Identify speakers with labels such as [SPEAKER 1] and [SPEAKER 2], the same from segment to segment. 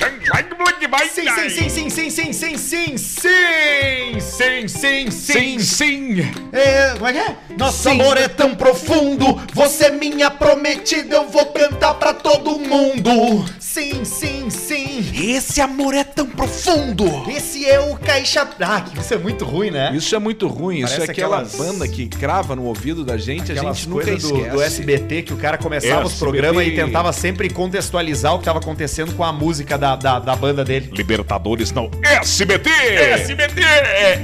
[SPEAKER 1] Sim, sim, sim, sim, sim, sim, sim, sim, sim, sim, sim, sim,
[SPEAKER 2] sim.
[SPEAKER 1] É, como é que é? Nosso
[SPEAKER 2] Sim.
[SPEAKER 1] amor é tão profundo, você é minha prometida, eu vou cantar pra todo mundo. Sim, sim, sim.
[SPEAKER 2] Esse amor é tão profundo.
[SPEAKER 1] Esse é o Caixa Ah, que isso é muito ruim, né?
[SPEAKER 2] Isso é muito ruim. Isso
[SPEAKER 1] Parece
[SPEAKER 2] é aquela
[SPEAKER 1] aquelas-
[SPEAKER 2] banda que crava no ouvido da gente, a
[SPEAKER 1] Aquelas
[SPEAKER 2] gente nunca
[SPEAKER 1] coisas do,
[SPEAKER 2] esquece. É,
[SPEAKER 1] do SBT que o cara começava os
[SPEAKER 2] SBT.
[SPEAKER 1] programas e tentava sempre contextualizar o que tava acontecendo com a música da, da, da banda dele.
[SPEAKER 2] Libertadores não. SBT!
[SPEAKER 1] SBT!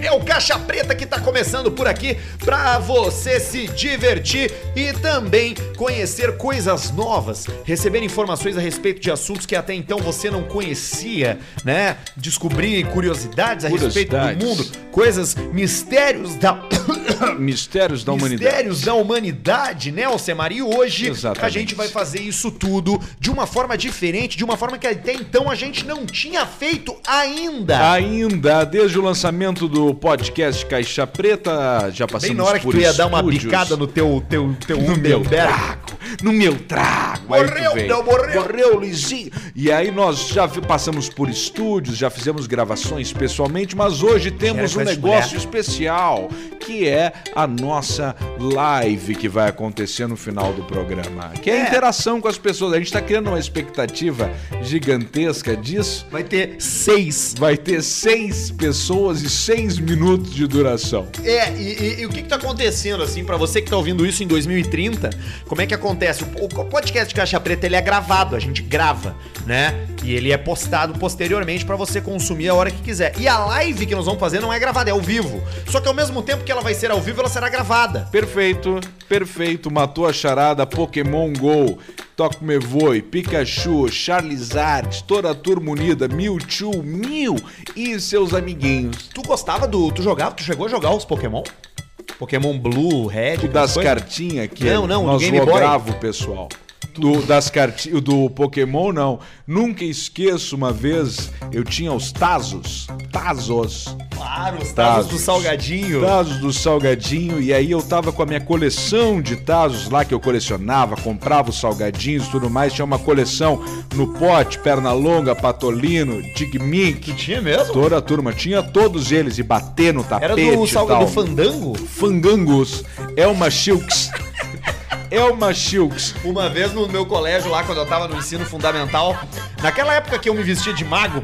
[SPEAKER 1] É o Caixa Preta que tá começando por aqui pra você se divertir e também conhecer coisas novas, receber informações a respeito de assuntos que até então você não conhecia, né? Descobrir curiosidades a respeito do
[SPEAKER 2] Curiosidades.
[SPEAKER 1] mundo, coisas, mistérios da
[SPEAKER 2] Mistérios da humanidade.
[SPEAKER 1] Mistérios da humanidade, né, Alcemar? E hoje
[SPEAKER 2] Exatamente.
[SPEAKER 1] a gente vai fazer isso tudo de uma forma diferente, de uma forma que até então a gente não tinha feito ainda.
[SPEAKER 2] Ainda, desde o lançamento do podcast Caixa Preta, já passamos
[SPEAKER 1] Bem na hora que
[SPEAKER 2] por
[SPEAKER 1] tu ia dar uma
[SPEAKER 2] estúdios.
[SPEAKER 1] bicada no teu teu teu né?
[SPEAKER 2] no Um meu Ah.
[SPEAKER 1] Underberg.
[SPEAKER 2] trago, no meu trago.
[SPEAKER 1] Morreu,
[SPEAKER 2] Aí tu vem.
[SPEAKER 1] não morreu.
[SPEAKER 2] Morreu, Lizinho. E aí nós já fi- passamos por estúdios, já fizemos gravações pessoalmente, mas hoje temos
[SPEAKER 1] Era
[SPEAKER 2] um
[SPEAKER 1] coisa de
[SPEAKER 2] negócio
[SPEAKER 1] mulher.
[SPEAKER 2] especial, que é a nossa live que vai acontecer no final do programa, que é,
[SPEAKER 1] É.
[SPEAKER 2] a interação com as pessoas. A gente tá criando uma expectativa gigantesca disso.
[SPEAKER 1] Vai ter seis.
[SPEAKER 2] Vai ter seis pessoas e seis minutos de duração.
[SPEAKER 1] É, e, e- e o que, que tá acontecendo, assim, pra você que tá ouvindo isso em 2030, como é que acontece? O, o podcast de Caixa Preta, ele é gravado, a gente grava, né? E ele é postado posteriormente pra você consumir a hora que quiser. E a live que nós vamos fazer não é gravada, é ao vivo. Só que ao mesmo tempo que ela vai ser ao vivo, ela será gravada.
[SPEAKER 2] Perfeito, perfeito. Matou a charada Pokémon Go, Toque Me Voe, Pikachu, Charizard, toda a turma unida, Mewtwo, Mew e seus amiguinhos.
[SPEAKER 1] Tu gostava do... Tu jogava? Tu chegou a jogar os Pokémon? Pokémon Blue, Red...
[SPEAKER 2] O das
[SPEAKER 1] essas coisas?
[SPEAKER 2] cartinhas que
[SPEAKER 1] Não, não, do
[SPEAKER 2] nós
[SPEAKER 1] Game Boy.
[SPEAKER 2] lograva o pessoal. Do, das cartinhas, do Pokémon, não. Nunca esqueço, uma vez eu tinha os Tazos. Tazos.
[SPEAKER 1] Claro, os tazos do
[SPEAKER 2] Tazos.
[SPEAKER 1] Salgadinho.
[SPEAKER 2] Tazos do Salgadinho, e aí eu tava com a minha coleção de Tazos lá que eu colecionava, comprava os salgadinhos e tudo mais, tinha uma coleção no pote, perna longa, patolino, digmink,
[SPEAKER 1] Que tinha mesmo?
[SPEAKER 2] toda a turma, tinha todos eles, e bater no
[SPEAKER 1] Era
[SPEAKER 2] tapete
[SPEAKER 1] do,
[SPEAKER 2] e
[SPEAKER 1] sal...
[SPEAKER 2] tal.
[SPEAKER 1] do Fandango?
[SPEAKER 2] Fangangos, Elma Shilks, Elma Shilks,
[SPEAKER 1] Uma vez no meu colégio lá, quando eu tava no ensino fundamental, naquela época que eu me vestia de mago.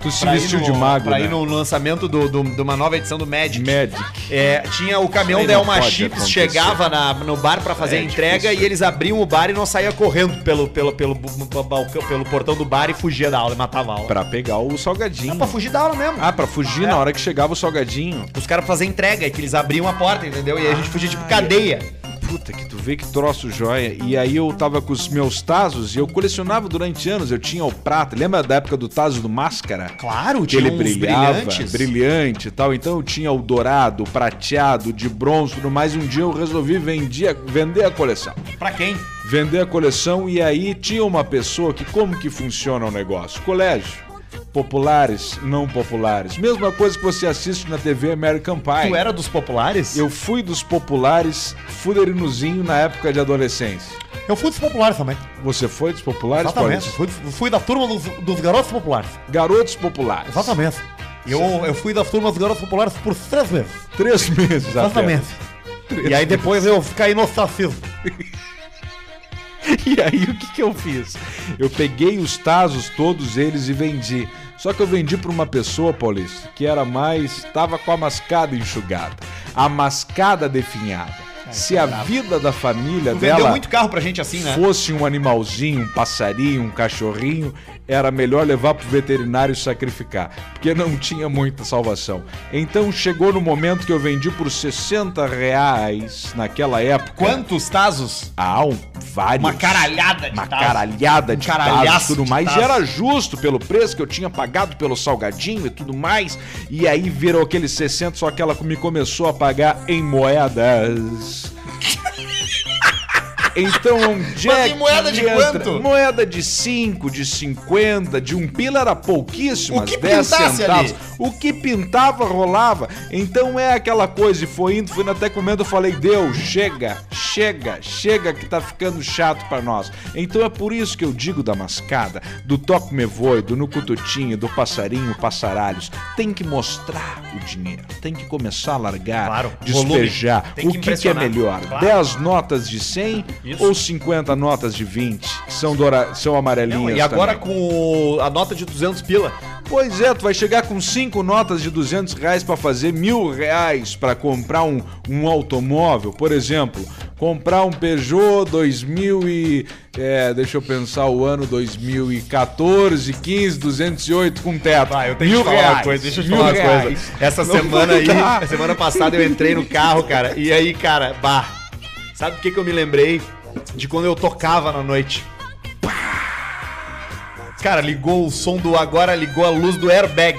[SPEAKER 2] tu se
[SPEAKER 1] pra ir
[SPEAKER 2] vestiu
[SPEAKER 1] no-
[SPEAKER 2] de mago,
[SPEAKER 1] Pra
[SPEAKER 2] né?
[SPEAKER 1] ir no lançamento do, do- de uma nova edição do Magic.
[SPEAKER 2] Magic.
[SPEAKER 1] É, tinha o caminhão
[SPEAKER 2] Isso
[SPEAKER 1] da
[SPEAKER 2] aí não
[SPEAKER 1] Elma
[SPEAKER 2] pode
[SPEAKER 1] Chips,
[SPEAKER 2] acontecer.
[SPEAKER 1] chegava na- no bar pra fazer
[SPEAKER 2] É
[SPEAKER 1] a entrega
[SPEAKER 2] difícil.
[SPEAKER 1] e eles abriam o bar e nós saía correndo pelo, pelo, pelo, bu- bu- balcão- pelo portão do bar e fugia da aula, e matava a aula.
[SPEAKER 2] Pra pegar o salgadinho.
[SPEAKER 1] Não, pra É. fugir da aula mesmo.
[SPEAKER 2] Ah, pra fugir na hora que chegava o salgadinho.
[SPEAKER 1] Os caras pra fazer entrega, e que eles abriam a porta, entendeu? E aí a gente fugia tipo cadeia.
[SPEAKER 2] é. Puta que tu vê que troço joia. E aí eu tava com os meus tazos e eu colecionava durante anos. Eu tinha o prata. Lembra da época do tazo do máscara?
[SPEAKER 1] Claro,
[SPEAKER 2] Que
[SPEAKER 1] tinha
[SPEAKER 2] ele
[SPEAKER 1] uns
[SPEAKER 2] brilhava,
[SPEAKER 1] brilhantes.
[SPEAKER 2] brilhante e tal. Então eu tinha o dourado, o prateado, de bronze, tudo mais. Um dia eu resolvi vendia- vender a coleção.
[SPEAKER 1] Pra quem?
[SPEAKER 2] Vender a coleção e aí tinha uma pessoa que como que funciona o negócio? Colégio, populares, não populares. Mesma coisa que você assiste na TV American Pie.
[SPEAKER 1] Tu era dos populares?
[SPEAKER 2] Eu fui dos populares fuderinozinho na época de adolescência.
[SPEAKER 1] eu fui dos populares também.
[SPEAKER 2] Você foi dos populares?
[SPEAKER 1] Exatamente.
[SPEAKER 2] Paulista?
[SPEAKER 1] Fui, fui da turma dos, dos garotos populares.
[SPEAKER 2] Garotos populares.
[SPEAKER 1] Exatamente. Eu, eu fui da turma dos garotos populares por três vezes.
[SPEAKER 2] Três meses
[SPEAKER 1] Exatamente. E aí depois eu caí no ostracismo.
[SPEAKER 2] apenas. E aí o que, que eu fiz? Eu peguei os tazos, todos eles, e vendi. Só que eu vendi pra uma pessoa, Paulista, que era mais... Tava com a mascada enxugada. A mascada definhada. Se a vida da família
[SPEAKER 1] É, Tu
[SPEAKER 2] dela...
[SPEAKER 1] carro pra gente assim,
[SPEAKER 2] fosse um animalzinho, um passarinho, um cachorrinho, era melhor levar pro veterinário e sacrificar, porque não tinha muita salvação. Então chegou no momento que eu vendi por 60 reais naquela época.
[SPEAKER 1] Quantos tazos?
[SPEAKER 2] Ah, um, vários.
[SPEAKER 1] Uma caralhada de
[SPEAKER 2] Uma
[SPEAKER 1] tazos.
[SPEAKER 2] caralhada de
[SPEAKER 1] Um caralhaço
[SPEAKER 2] tazos, tudo
[SPEAKER 1] de
[SPEAKER 2] mais. E
[SPEAKER 1] tazos.
[SPEAKER 2] era justo pelo preço que eu tinha pagado pelo salgadinho e tudo mais. E aí virou aqueles 60, só que ela me começou a pagar em moedas. Então onde
[SPEAKER 1] Mas
[SPEAKER 2] é
[SPEAKER 1] em moeda de
[SPEAKER 2] que
[SPEAKER 1] quanto?
[SPEAKER 2] Moeda de 5, de 50, de um pila era pouquíssimas,
[SPEAKER 1] O que
[SPEAKER 2] 10
[SPEAKER 1] pintasse
[SPEAKER 2] centavos.
[SPEAKER 1] ali?
[SPEAKER 2] O que pintava rolava. Então é aquela coisa, e foi indo, foi indo até comendo, eu falei, Deus, chega, chega, chega que tá ficando chato pra nós. Então é por isso que eu digo da mascada, do toque me voe, do nucututinho, do passarinho, passaralhos. Tem que mostrar o dinheiro, tem que começar a largar,
[SPEAKER 1] Claro,
[SPEAKER 2] despejar.
[SPEAKER 1] volume. Tem que
[SPEAKER 2] o que, que é
[SPEAKER 1] impressionar.
[SPEAKER 2] melhor?
[SPEAKER 1] Claro.
[SPEAKER 2] 10 notas de 100
[SPEAKER 1] Isso.
[SPEAKER 2] ou 50 notas de 20, que são, doura... são amarelinhas
[SPEAKER 1] Não, e agora
[SPEAKER 2] também?
[SPEAKER 1] com o- a nota de 200 pila.
[SPEAKER 2] Pois é, tu vai chegar com cinco notas de 200 reais pra fazer mil reais pra comprar um, um automóvel, por exemplo, comprar um Peugeot 2000 e é, deixa eu pensar o ano 2014, 15, 208 com teto.
[SPEAKER 1] Ah, eu tenho que te falar uma coisa, deixa eu te
[SPEAKER 2] mil
[SPEAKER 1] falar uma
[SPEAKER 2] reais.
[SPEAKER 1] coisa. Essa
[SPEAKER 2] Não
[SPEAKER 1] semana
[SPEAKER 2] vai
[SPEAKER 1] aí,
[SPEAKER 2] dar.
[SPEAKER 1] semana passada eu entrei no carro, cara, e aí, cara, bah, sabe o que que eu me lembrei? De quando eu tocava na noite. Cara, ligou o som do agora, ligou a luz do airbag.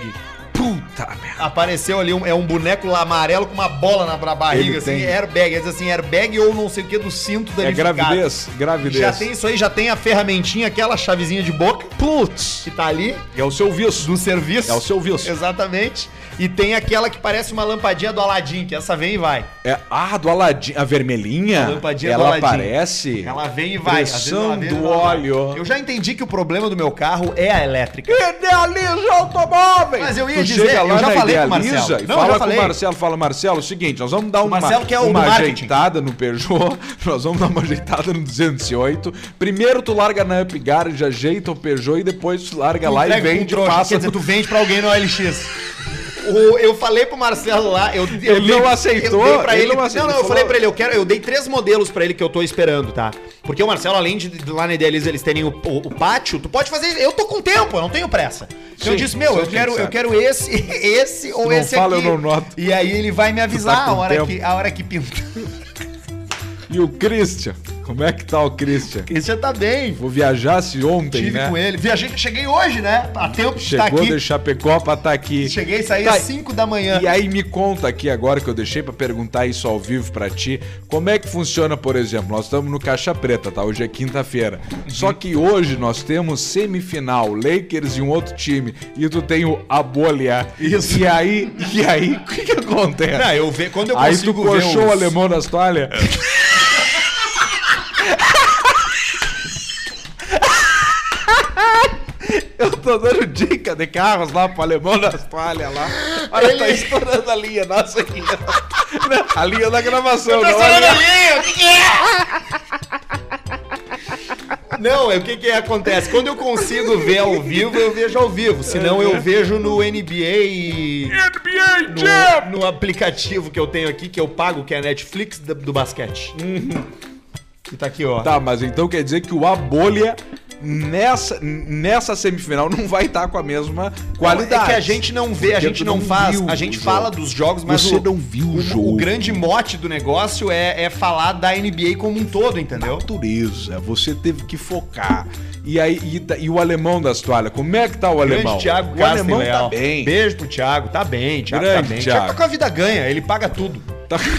[SPEAKER 2] Puta merda.
[SPEAKER 1] Apareceu ali, um, é um boneco lá amarelo com uma bola na na barriga,
[SPEAKER 2] Ele
[SPEAKER 1] assim,
[SPEAKER 2] tem.
[SPEAKER 1] airbag. Às vezes assim, airbag ou não sei o que do cinto
[SPEAKER 2] É
[SPEAKER 1] danificado.
[SPEAKER 2] gravidez, gravidez.
[SPEAKER 1] Já tem isso aí, já tem a ferramentinha, aquela chavezinha de boca
[SPEAKER 2] Putz,
[SPEAKER 1] que tá ali
[SPEAKER 2] é o seu vício.
[SPEAKER 1] do serviço.
[SPEAKER 2] É o seu vício.
[SPEAKER 1] Exatamente. E tem aquela que parece uma lampadinha do Aladim, que essa vem e vai.
[SPEAKER 2] É, ah, do Aladim, a vermelhinha.
[SPEAKER 1] A lampadinha do
[SPEAKER 2] ela
[SPEAKER 1] Aladim.
[SPEAKER 2] aparece.
[SPEAKER 1] Ela vem e vai. Às vezes ela
[SPEAKER 2] Pressão
[SPEAKER 1] vem,
[SPEAKER 2] do
[SPEAKER 1] ela vai.
[SPEAKER 2] óleo.
[SPEAKER 1] Eu já entendi que o problema do meu carro é a elétrica.
[SPEAKER 2] Idealiza automóveis!
[SPEAKER 1] Mas eu ia
[SPEAKER 2] Tu
[SPEAKER 1] dizer,
[SPEAKER 2] chega lá
[SPEAKER 1] eu já
[SPEAKER 2] na
[SPEAKER 1] falei com o
[SPEAKER 2] Idealiza
[SPEAKER 1] Marcelo.
[SPEAKER 2] E
[SPEAKER 1] Não, eu já
[SPEAKER 2] fala com o
[SPEAKER 1] falei.
[SPEAKER 2] Marcelo, fala, Marcelo, é o seguinte, nós vamos dar uma,
[SPEAKER 1] Marcelo que é o
[SPEAKER 2] uma
[SPEAKER 1] do marketing.
[SPEAKER 2] ajeitada no Peugeot, nós vamos dar uma ajeitada no 208. Primeiro tu larga na Up Garage, ajeita o Peugeot e depois tu larga lá e
[SPEAKER 1] Entrega pro
[SPEAKER 2] vende,
[SPEAKER 1] trouxa,
[SPEAKER 2] passa
[SPEAKER 1] Quer dizer, tu vende pra alguém no OLX. O- eu falei pro Marcelo lá, eu, eu
[SPEAKER 2] Ele não aceitou,
[SPEAKER 1] Eu dei pra
[SPEAKER 2] ele
[SPEAKER 1] ele,
[SPEAKER 2] não aceitou,
[SPEAKER 1] Não, não, eu
[SPEAKER 2] falou-
[SPEAKER 1] falei pra ele, eu quero, eu dei três modelos pra ele que eu tô esperando, tá? Porque o Marcelo, além de de lá na Idealiza eles terem o, o- o pátio, tu pode fazer. Eu tô com tempo, eu não tenho pressa. Então
[SPEAKER 2] Sim,
[SPEAKER 1] eu disse, meu,
[SPEAKER 2] isso a
[SPEAKER 1] eu
[SPEAKER 2] gente
[SPEAKER 1] quero, eu
[SPEAKER 2] sabe.
[SPEAKER 1] quero esse, esse ou
[SPEAKER 2] não
[SPEAKER 1] esse
[SPEAKER 2] fala,
[SPEAKER 1] aqui.
[SPEAKER 2] eu não noto. tá
[SPEAKER 1] E aí ele vai me avisar a
[SPEAKER 2] com
[SPEAKER 1] hora
[SPEAKER 2] tempo.
[SPEAKER 1] que a hora que pintar.
[SPEAKER 2] E o Christian, como é que tá o Christian?
[SPEAKER 1] Esse já tá bem.
[SPEAKER 2] Vou viajar se ontem,
[SPEAKER 1] Tive
[SPEAKER 2] né?
[SPEAKER 1] com ele. Viajei, cheguei hoje, né? Há tempo de estar
[SPEAKER 2] Chegou
[SPEAKER 1] aqui.
[SPEAKER 2] de Chapecó pra tá aqui.
[SPEAKER 1] Cheguei e saí
[SPEAKER 2] Tá,
[SPEAKER 1] às 5 da manhã.
[SPEAKER 2] E aí me conta aqui agora que eu deixei pra perguntar isso ao vivo pra ti, como é que funciona, por exemplo, nós estamos no Caixa Preta, tá? Hoje é quinta-feira. Só que hoje nós temos semifinal, Lakers e um outro time, e tu tem o Abolha.
[SPEAKER 1] Isso.
[SPEAKER 2] E aí, e aí, o que que acontece?
[SPEAKER 1] Não, eu ve... quando eu
[SPEAKER 2] aí tu
[SPEAKER 1] consigo ver
[SPEAKER 2] coxou
[SPEAKER 1] os-
[SPEAKER 2] o alemão nas toalhas? Eu tô dando dica de carros lá pro alemão nas toalhas lá. Olha,
[SPEAKER 1] Ele-
[SPEAKER 2] tá estourando a linha, nossa linha.
[SPEAKER 1] Tá
[SPEAKER 2] A linha da gravação, não a linha.
[SPEAKER 1] o que, é? Não, é o que que acontece? Quando eu consigo ver ao vivo, eu vejo ao vivo. Senão eu vejo no NBA e
[SPEAKER 2] NBA Jam!
[SPEAKER 1] no, no aplicativo que eu tenho aqui, que eu pago, que é a Netflix do, do basquete. Que tá aqui, ó.
[SPEAKER 2] Uhum. Tá, mas então quer dizer que o Abolha nessa, nessa semifinal não vai estar com a mesma qualidade.
[SPEAKER 1] É que a gente não vê, a
[SPEAKER 2] Porque
[SPEAKER 1] gente
[SPEAKER 2] tu
[SPEAKER 1] não,
[SPEAKER 2] não
[SPEAKER 1] faz,
[SPEAKER 2] viu
[SPEAKER 1] a gente
[SPEAKER 2] o
[SPEAKER 1] fala
[SPEAKER 2] jogo.
[SPEAKER 1] dos jogos, mas
[SPEAKER 2] Você
[SPEAKER 1] o,
[SPEAKER 2] não viu o
[SPEAKER 1] o,
[SPEAKER 2] jogo.
[SPEAKER 1] o grande mote do negócio é, é falar da NBA como um todo, entendeu?
[SPEAKER 2] é natureza, você teve que focar. E aí e, tá- e o alemão das toalhas, como é que tá o alemão?
[SPEAKER 1] Grande Thiago
[SPEAKER 2] o alemão tá
[SPEAKER 1] Leal.
[SPEAKER 2] bem.
[SPEAKER 1] Beijo pro Thiago, tá bem, Thiago
[SPEAKER 2] Grande
[SPEAKER 1] tá bem.
[SPEAKER 2] Thiago.
[SPEAKER 1] tá com a vida ganha, ele paga tudo.
[SPEAKER 2] Tá-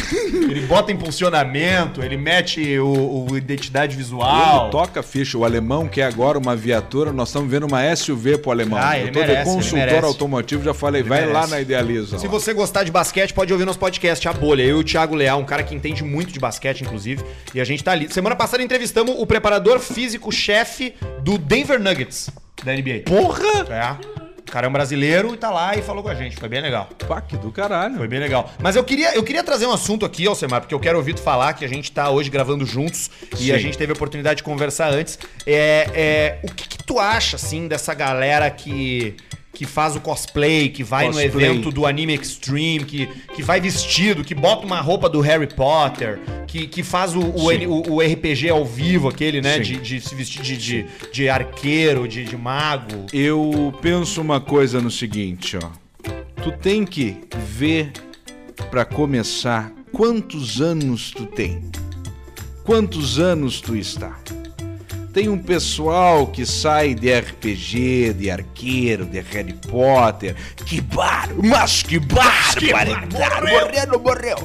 [SPEAKER 1] Ele bota em funcionamento, ele mete o, o identidade visual.
[SPEAKER 2] Ele toca ficha, o alemão quer agora uma viatura, nós estamos vendo uma SUV pro alemão.
[SPEAKER 1] Ah, ele
[SPEAKER 2] Eu tô de
[SPEAKER 1] merece, ele
[SPEAKER 2] consultor
[SPEAKER 1] merece.
[SPEAKER 2] automotivo, já falei, vai lá
[SPEAKER 1] merece.
[SPEAKER 2] na Idealiza.
[SPEAKER 1] Se
[SPEAKER 2] lá.
[SPEAKER 1] você gostar de basquete, pode ouvir nosso podcast A Bolha. Eu e o Thiago Leal, um cara que entende muito de basquete, inclusive. E a gente tá ali. Semana passada entrevistamos o preparador físico-chefe do Denver Nuggets da NBA.
[SPEAKER 2] Porra!
[SPEAKER 1] É. O cara é um brasileiro e tá lá e falou com a gente. Foi bem legal.
[SPEAKER 2] Pá, que do caralho.
[SPEAKER 1] Foi bem legal. Mas eu queria, eu queria trazer um assunto aqui, Alcemar, porque eu quero ouvir tu falar que a gente tá hoje gravando juntos
[SPEAKER 2] Sim.
[SPEAKER 1] e a gente teve a oportunidade de conversar antes. É, é, o que, que tu acha, assim, dessa galera que, que faz o cosplay, que vai
[SPEAKER 2] Cosplay.
[SPEAKER 1] no evento do Anime Extreme, que, que vai vestido, que bota uma roupa do Harry Potter, que, que faz o, o,
[SPEAKER 2] Sim.
[SPEAKER 1] N- o- o RPG ao vivo, aquele, né?
[SPEAKER 2] Sim.
[SPEAKER 1] De, de se vestir de, de, de arqueiro, de, de mago.
[SPEAKER 2] Eu penso uma coisa no seguinte, ó. Tu tem que ver pra começar quantos anos tu tem. Quantos anos tu está? Tem um pessoal que sai de RPG, de arqueiro, de Harry Potter. Que bar, mas que barbaridade! Morreu, morreu.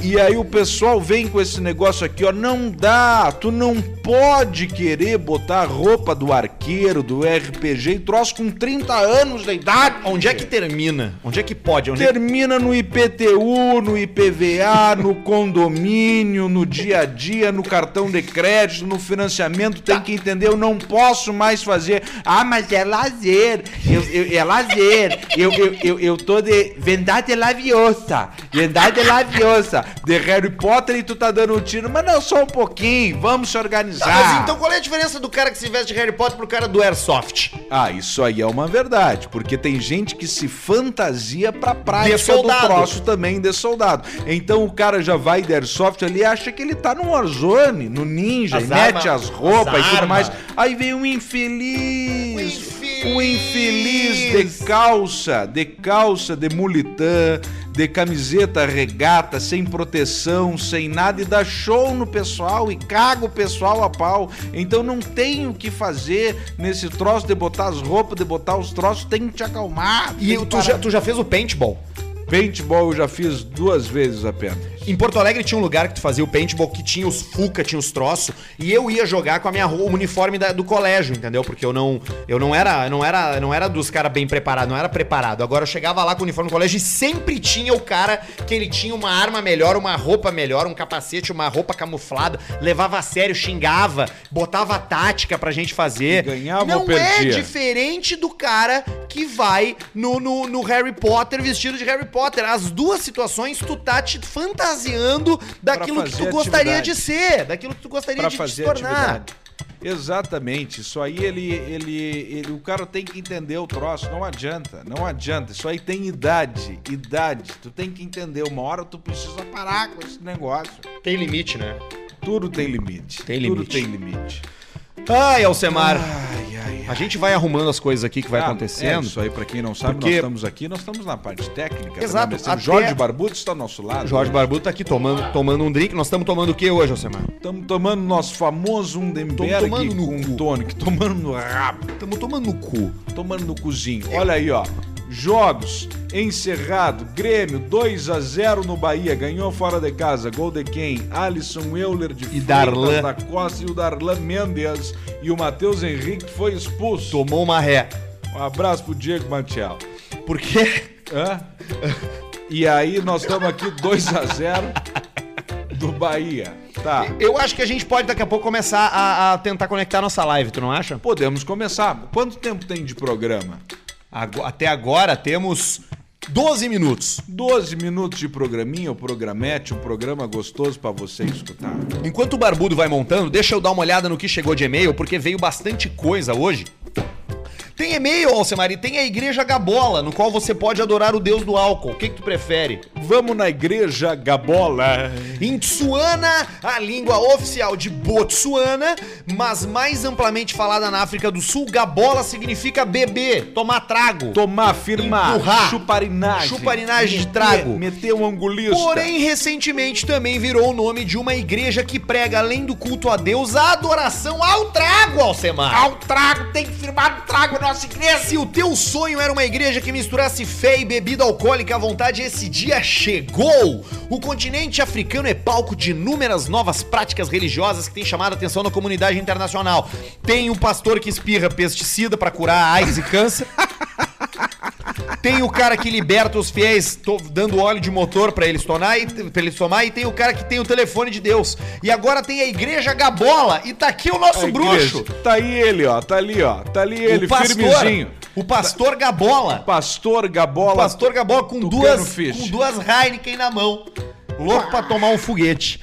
[SPEAKER 2] E aí o pessoal vem com esse negócio aqui, ó, não dá, tu não pode querer botar a roupa do arqueiro, do RPG e troço com 30 anos de idade.
[SPEAKER 1] Onde é que termina? Onde é que pode? Onde é que...
[SPEAKER 2] Termina no IPTU, no IPVA, no condomínio, no dia a dia, no cartão de crédito, no financiamento. Tem que entender, eu não posso mais fazer. Ah, mas é lazer. Eu- eu- é lazer. Eu, eu, eu, eu tô de vendade laviosa. Vendade laviosa. De Harry Potter e tu tá dando um tiro. Mas não, só um pouquinho. Vamos se organizar.
[SPEAKER 1] Tá, mas então qual é a diferença do cara que se veste de Harry Potter pro cara do Airsoft?
[SPEAKER 2] Ah, isso aí é uma verdade, porque tem gente que se fantasia pra prática
[SPEAKER 1] De soldado.
[SPEAKER 2] do troço também de soldado. Então o cara já vai de airsoft ali e acha que ele tá no Warzone, no Ninja,
[SPEAKER 1] As
[SPEAKER 2] e mete
[SPEAKER 1] arma-
[SPEAKER 2] as roupas
[SPEAKER 1] as
[SPEAKER 2] e tudo
[SPEAKER 1] arma.
[SPEAKER 2] mais. Aí vem um infeliz,
[SPEAKER 1] Um
[SPEAKER 2] um
[SPEAKER 1] infeliz.
[SPEAKER 2] infeliz de calça, de calça, de mulitã, de camiseta regata, sem proteção, sem nada, e dá show no pessoal e caga o pessoal a pau. Então não tem o que fazer nesse troço de botar as roupas, de botar os troços, tem que te acalmar.
[SPEAKER 1] E
[SPEAKER 2] tem
[SPEAKER 1] eu-
[SPEAKER 2] que
[SPEAKER 1] tu
[SPEAKER 2] parar.
[SPEAKER 1] já, tu já fez o paintball?
[SPEAKER 2] Paintball eu já fiz duas vezes apenas.
[SPEAKER 1] Em Porto Alegre tinha um lugar que tu fazia o paintball que tinha os fuca, tinha os troços, e eu ia jogar com a minha roupa, o uniforme da- do colégio, entendeu? Porque eu não eu não era, não era, não era dos caras bem preparados, não era preparado. Agora eu chegava lá com o uniforme do colégio e sempre tinha o cara que ele tinha uma arma melhor, uma roupa melhor, um capacete, uma roupa camuflada, levava a sério, xingava, botava a tática pra gente fazer.
[SPEAKER 2] E ganhava
[SPEAKER 1] não
[SPEAKER 2] ou perdia?
[SPEAKER 1] é diferente do cara que vai no, no, no Harry Potter vestido de Harry Potter. As duas situações tu tá te fantasiando daquilo que tu
[SPEAKER 2] fazer
[SPEAKER 1] gostaria
[SPEAKER 2] atividade.
[SPEAKER 1] de ser, daquilo que tu gostaria
[SPEAKER 2] Pra
[SPEAKER 1] de
[SPEAKER 2] fazer
[SPEAKER 1] te tornar.
[SPEAKER 2] atividade. Exatamente, isso aí ele, ele, ele- o cara tem que entender o troço, não adianta, não adianta, isso aí tem idade, idade, tu tem que entender, uma hora tu precisa parar com esse negócio.
[SPEAKER 1] Tem limite, né?
[SPEAKER 2] Tudo tem limite,
[SPEAKER 1] Tem
[SPEAKER 2] tudo
[SPEAKER 1] limite.
[SPEAKER 2] tem limite.
[SPEAKER 1] Ai, Alcemar.
[SPEAKER 2] Ai, ai, ai.
[SPEAKER 1] A gente vai arrumando as coisas aqui que vai
[SPEAKER 2] Ah,
[SPEAKER 1] acontecendo.
[SPEAKER 2] é, isso aí, pra quem não sabe,
[SPEAKER 1] Porque-
[SPEAKER 2] nós estamos aqui, nós estamos na parte técnica.
[SPEAKER 1] Exato,
[SPEAKER 2] também, mas temos
[SPEAKER 1] até-
[SPEAKER 2] Jorge Barbudo está ao nosso lado.
[SPEAKER 1] Jorge Barbuto tá aqui tomando, tomando um drink. Nós estamos tomando o que hoje, Alcemar?
[SPEAKER 2] Estamos tomando nosso famoso Undemberg
[SPEAKER 1] tomando no
[SPEAKER 2] com um
[SPEAKER 1] cu.
[SPEAKER 2] tônico, tomando no rabo.
[SPEAKER 1] Estamos tomando no cu.
[SPEAKER 2] tomando no cozinho. Olha aí, ó. Jogos encerrado. Grêmio 2 a 0 no Bahia. Ganhou fora de casa. Gol de quem? Alisson Euler de Freitas
[SPEAKER 1] Darlan.
[SPEAKER 2] da Costa e o Darlan Mendes. E o Matheus Henrique foi expulso.
[SPEAKER 1] Tomou uma ré.
[SPEAKER 2] Um abraço pro Diego Mantiel.
[SPEAKER 1] Por quê?
[SPEAKER 2] Hã? E aí nós estamos aqui 2 a 0 do Bahia. Tá.
[SPEAKER 1] Eu acho que a gente pode daqui a pouco começar a, a tentar conectar nossa live, tu não acha?
[SPEAKER 2] Podemos começar. Quanto tempo tem de programa?
[SPEAKER 1] Ago- Até agora temos 12 minutos.
[SPEAKER 2] 12 minutos de programinha, o programete, um programa gostoso pra você escutar.
[SPEAKER 1] Enquanto o Barbudo vai montando, deixa eu dar uma olhada no que chegou de e-mail, porque veio bastante coisa hoje. Tem e-mail, Alcemari, tem a Igreja Gabola, no qual você pode adorar o deus do álcool. O que, que tu prefere?
[SPEAKER 2] Vamos na igreja Gabola.
[SPEAKER 1] Em Tsuana, a língua oficial de Botsuana, mas mais amplamente falada na África do Sul, Gabola significa beber, tomar trago.
[SPEAKER 2] Tomar, firmar,
[SPEAKER 1] Empurrar.
[SPEAKER 2] chuparinagem.
[SPEAKER 1] Chuparinagem de
[SPEAKER 2] Meter-
[SPEAKER 1] trago.
[SPEAKER 2] Meter um angulista.
[SPEAKER 1] Porém, recentemente também virou o nome de uma igreja que prega, além do culto a Deus, a adoração ao trago, Alcemar.
[SPEAKER 2] ao trago, tem que firmar no trago nossa igreja.
[SPEAKER 1] Se o teu sonho era uma igreja que misturasse fé e bebida alcoólica à vontade, esse dia chegou! O continente africano é palco de inúmeras novas práticas religiosas que têm chamado a atenção da comunidade internacional. Tem um pastor que espirra pesticida pra curar AIDS e câncer. Tem o cara que liberta os fiéis to- dando óleo de motor pra eles tomar e pra eles tomar e tem o cara que tem o telefone de Deus. E agora tem a igreja Gabola e tá aqui o nosso
[SPEAKER 2] Nosso
[SPEAKER 1] bruxo.
[SPEAKER 2] bruxo. Tá aí ele, ó. Tá ali, ó. Tá ali ele,
[SPEAKER 1] o pastor,
[SPEAKER 2] firmezinho.
[SPEAKER 1] o pastor Gabola.
[SPEAKER 2] Pastor Gabola.
[SPEAKER 1] Pastor Gabola com
[SPEAKER 2] Tucano
[SPEAKER 1] duas,
[SPEAKER 2] Fish.
[SPEAKER 1] com duas Heineken na mão. Louco pra tomar um foguete.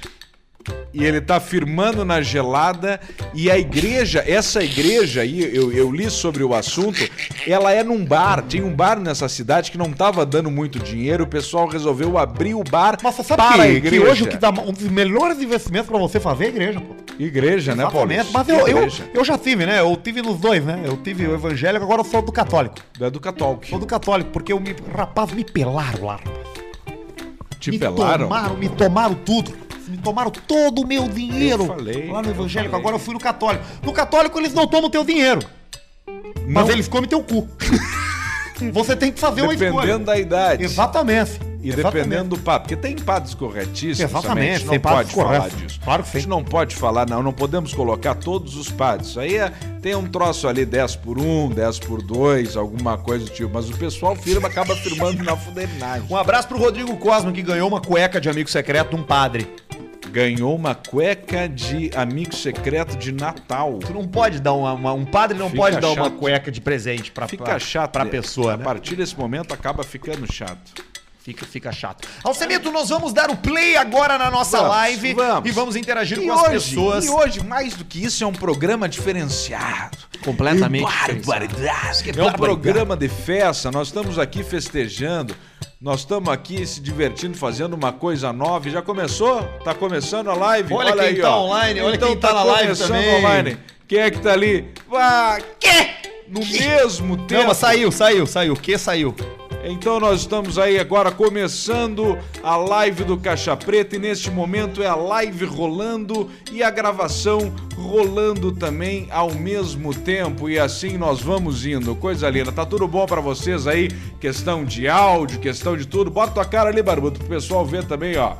[SPEAKER 2] E ele tá firmando na gelada. E a igreja, essa igreja aí, eu, eu li sobre o assunto, ela é num bar. Tem um bar nessa cidade que não tava dando muito dinheiro. O pessoal resolveu abrir o bar
[SPEAKER 1] Mas você sabe
[SPEAKER 2] para a
[SPEAKER 1] que, que
[SPEAKER 2] igreja.
[SPEAKER 1] hoje o que dá um dos melhores investimentos pra você fazer é a igreja, pô.
[SPEAKER 2] Igreja, né, Paulo?
[SPEAKER 1] Exatamente. Mas eu, eu,
[SPEAKER 2] Igreja.
[SPEAKER 1] eu já tive, né? Eu tive nos dois, né? Eu tive o evangélico, agora eu sou do católico.
[SPEAKER 2] Da Educa Talk.
[SPEAKER 1] Sou do católico, porque eu me, rapaz, me pelaram lá.
[SPEAKER 2] Te
[SPEAKER 1] me
[SPEAKER 2] pelaram?
[SPEAKER 1] tomaram, me tomaram tudo. me tomaram todo o meu dinheiro.
[SPEAKER 2] Eu falei,
[SPEAKER 1] Lá no
[SPEAKER 2] eu
[SPEAKER 1] evangélico,
[SPEAKER 2] falei.
[SPEAKER 1] agora eu fui no católico. No católico eles não tomam teu dinheiro, mas
[SPEAKER 2] Não-
[SPEAKER 1] eles comem teu cu. Você tem que fazer é uma escolha.
[SPEAKER 2] Dependendo da idade.
[SPEAKER 1] Exatamente.
[SPEAKER 2] E
[SPEAKER 1] Exatamente.
[SPEAKER 2] dependendo do papo, porque tem padres corretíssimos.
[SPEAKER 1] Exatamente,
[SPEAKER 2] também, a gente não
[SPEAKER 1] tem
[SPEAKER 2] pode
[SPEAKER 1] padres
[SPEAKER 2] falar
[SPEAKER 1] corretos.
[SPEAKER 2] disso.
[SPEAKER 1] Claro que
[SPEAKER 2] A gente não pode falar, não. Não podemos colocar todos os padres. Isso aí é- tem um troço ali 10 por 1, 10 por 2, alguma coisa do tipo. Mas o pessoal firma, acaba firmando na fudelinagem.
[SPEAKER 1] Um abraço pro Rodrigo Cosmo, que ganhou uma cueca de amigo secreto de um padre.
[SPEAKER 2] Ganhou uma cueca de amigo secreto de Natal.
[SPEAKER 1] Tu não pode dar uma. uma- um padre não
[SPEAKER 2] Fica
[SPEAKER 1] pode dar uma
[SPEAKER 2] chato.
[SPEAKER 1] cueca de presente pra,
[SPEAKER 2] Fica
[SPEAKER 1] pra,
[SPEAKER 2] chato.
[SPEAKER 1] pra
[SPEAKER 2] né?
[SPEAKER 1] pessoa,
[SPEAKER 2] A
[SPEAKER 1] né?
[SPEAKER 2] partir desse momento acaba ficando chato.
[SPEAKER 1] Fica, fica chato. Alcemito, nós vamos dar o play agora na nossa
[SPEAKER 2] Vamos,
[SPEAKER 1] live
[SPEAKER 2] vamos.
[SPEAKER 1] e vamos interagir
[SPEAKER 2] E
[SPEAKER 1] com as
[SPEAKER 2] hoje,
[SPEAKER 1] pessoas.
[SPEAKER 2] e hoje, mais do que isso, é um programa diferenciado.
[SPEAKER 1] Completamente
[SPEAKER 2] Barbaridade. É um
[SPEAKER 1] barbaridade.
[SPEAKER 2] programa de festa, nós estamos aqui festejando, nós estamos aqui se divertindo, fazendo uma coisa nova. E Já começou? Tá começando a live?
[SPEAKER 1] Olha quem tá online, olha quem tá na live
[SPEAKER 2] Então começando
[SPEAKER 1] também.
[SPEAKER 2] online. Quem é que tá ali? Ah,
[SPEAKER 1] Quê?
[SPEAKER 2] no mesmo tempo.
[SPEAKER 1] Não, mas saiu, saiu, saiu. O que saiu?
[SPEAKER 2] Então nós estamos aí agora começando a live do Caixa Preta e neste momento é a live rolando e a gravação rolando também ao mesmo tempo e assim nós vamos indo. Coisa linda, tá tudo bom pra vocês aí? Questão de áudio, questão de tudo. Bota tua cara ali, barbudo, pro pessoal ver também, ó.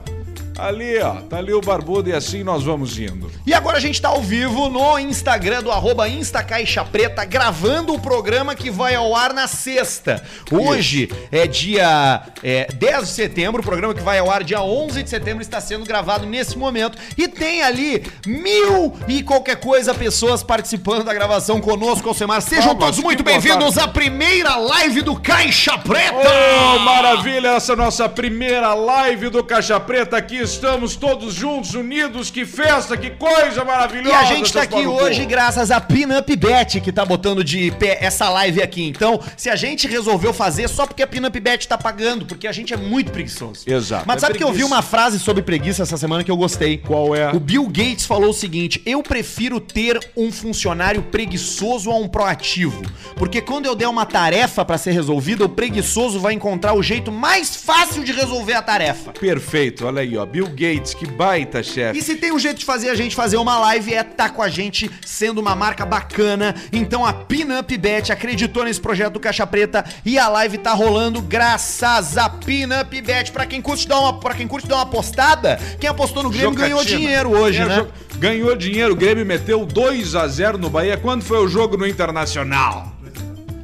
[SPEAKER 2] Ali, ó, tá ali o barbudo e assim nós vamos indo.
[SPEAKER 1] E agora a gente tá ao vivo no Instagram do arroba Insta Caixa Preta, gravando o programa que vai ao ar na sexta. Hoje é dia é, 10 de setembro, o programa que vai ao ar dia 11 de setembro está sendo gravado nesse momento. E tem ali mil e qualquer coisa pessoas participando da gravação conosco, Alcemar. Sejam
[SPEAKER 2] Palmas,
[SPEAKER 1] todos muito
[SPEAKER 2] que boa
[SPEAKER 1] bem-vindos à primeira live do Caixa Preta!
[SPEAKER 2] Oh, maravilha! Essa é a nossa primeira live do Caixa Preta. Aqui estamos todos juntos, unidos. Que festa, que coisa maravilhosa!
[SPEAKER 1] E a gente tá
[SPEAKER 2] seus pau
[SPEAKER 1] aqui
[SPEAKER 2] no cu.
[SPEAKER 1] hoje graças a Pinup Bet, que tá botando de pé essa live aqui. Então, se a gente resolveu fazer só porque a Pinup Bet tá pagando, porque a gente é muito preguiçoso.
[SPEAKER 2] Exato.
[SPEAKER 1] Mas
[SPEAKER 2] É
[SPEAKER 1] sabe que eu vi
[SPEAKER 2] preguiça.
[SPEAKER 1] uma frase sobre preguiça essa semana que eu gostei?
[SPEAKER 2] Qual é?
[SPEAKER 1] O Bill Gates falou o seguinte: "Eu prefiro ter um funcionário preguiçoso a um proativo, porque quando eu der uma tarefa pra ser resolvida, o preguiçoso vai encontrar o jeito mais fácil de resolver a tarefa."
[SPEAKER 2] Perfeito, olha aí, ó. Bill Gates, que baita chefe.
[SPEAKER 1] E se tem um jeito de fazer a gente fazer uma live é tá com a gente sendo uma marca bacana. Então a Pinup Bet acreditou nesse projeto do Caixa Preta e a live tá rolando graças a Pinup Bet. Pra quem curte dar uma, para quem curte dar uma apostada, quem apostou no Grêmio
[SPEAKER 2] Jocatina.
[SPEAKER 1] ganhou dinheiro hoje,
[SPEAKER 2] Ganhou
[SPEAKER 1] né?
[SPEAKER 2] É, jo- Ganhou dinheiro, o Grêmio meteu 2 a 0 no Bahia. Quando foi o jogo no Internacional?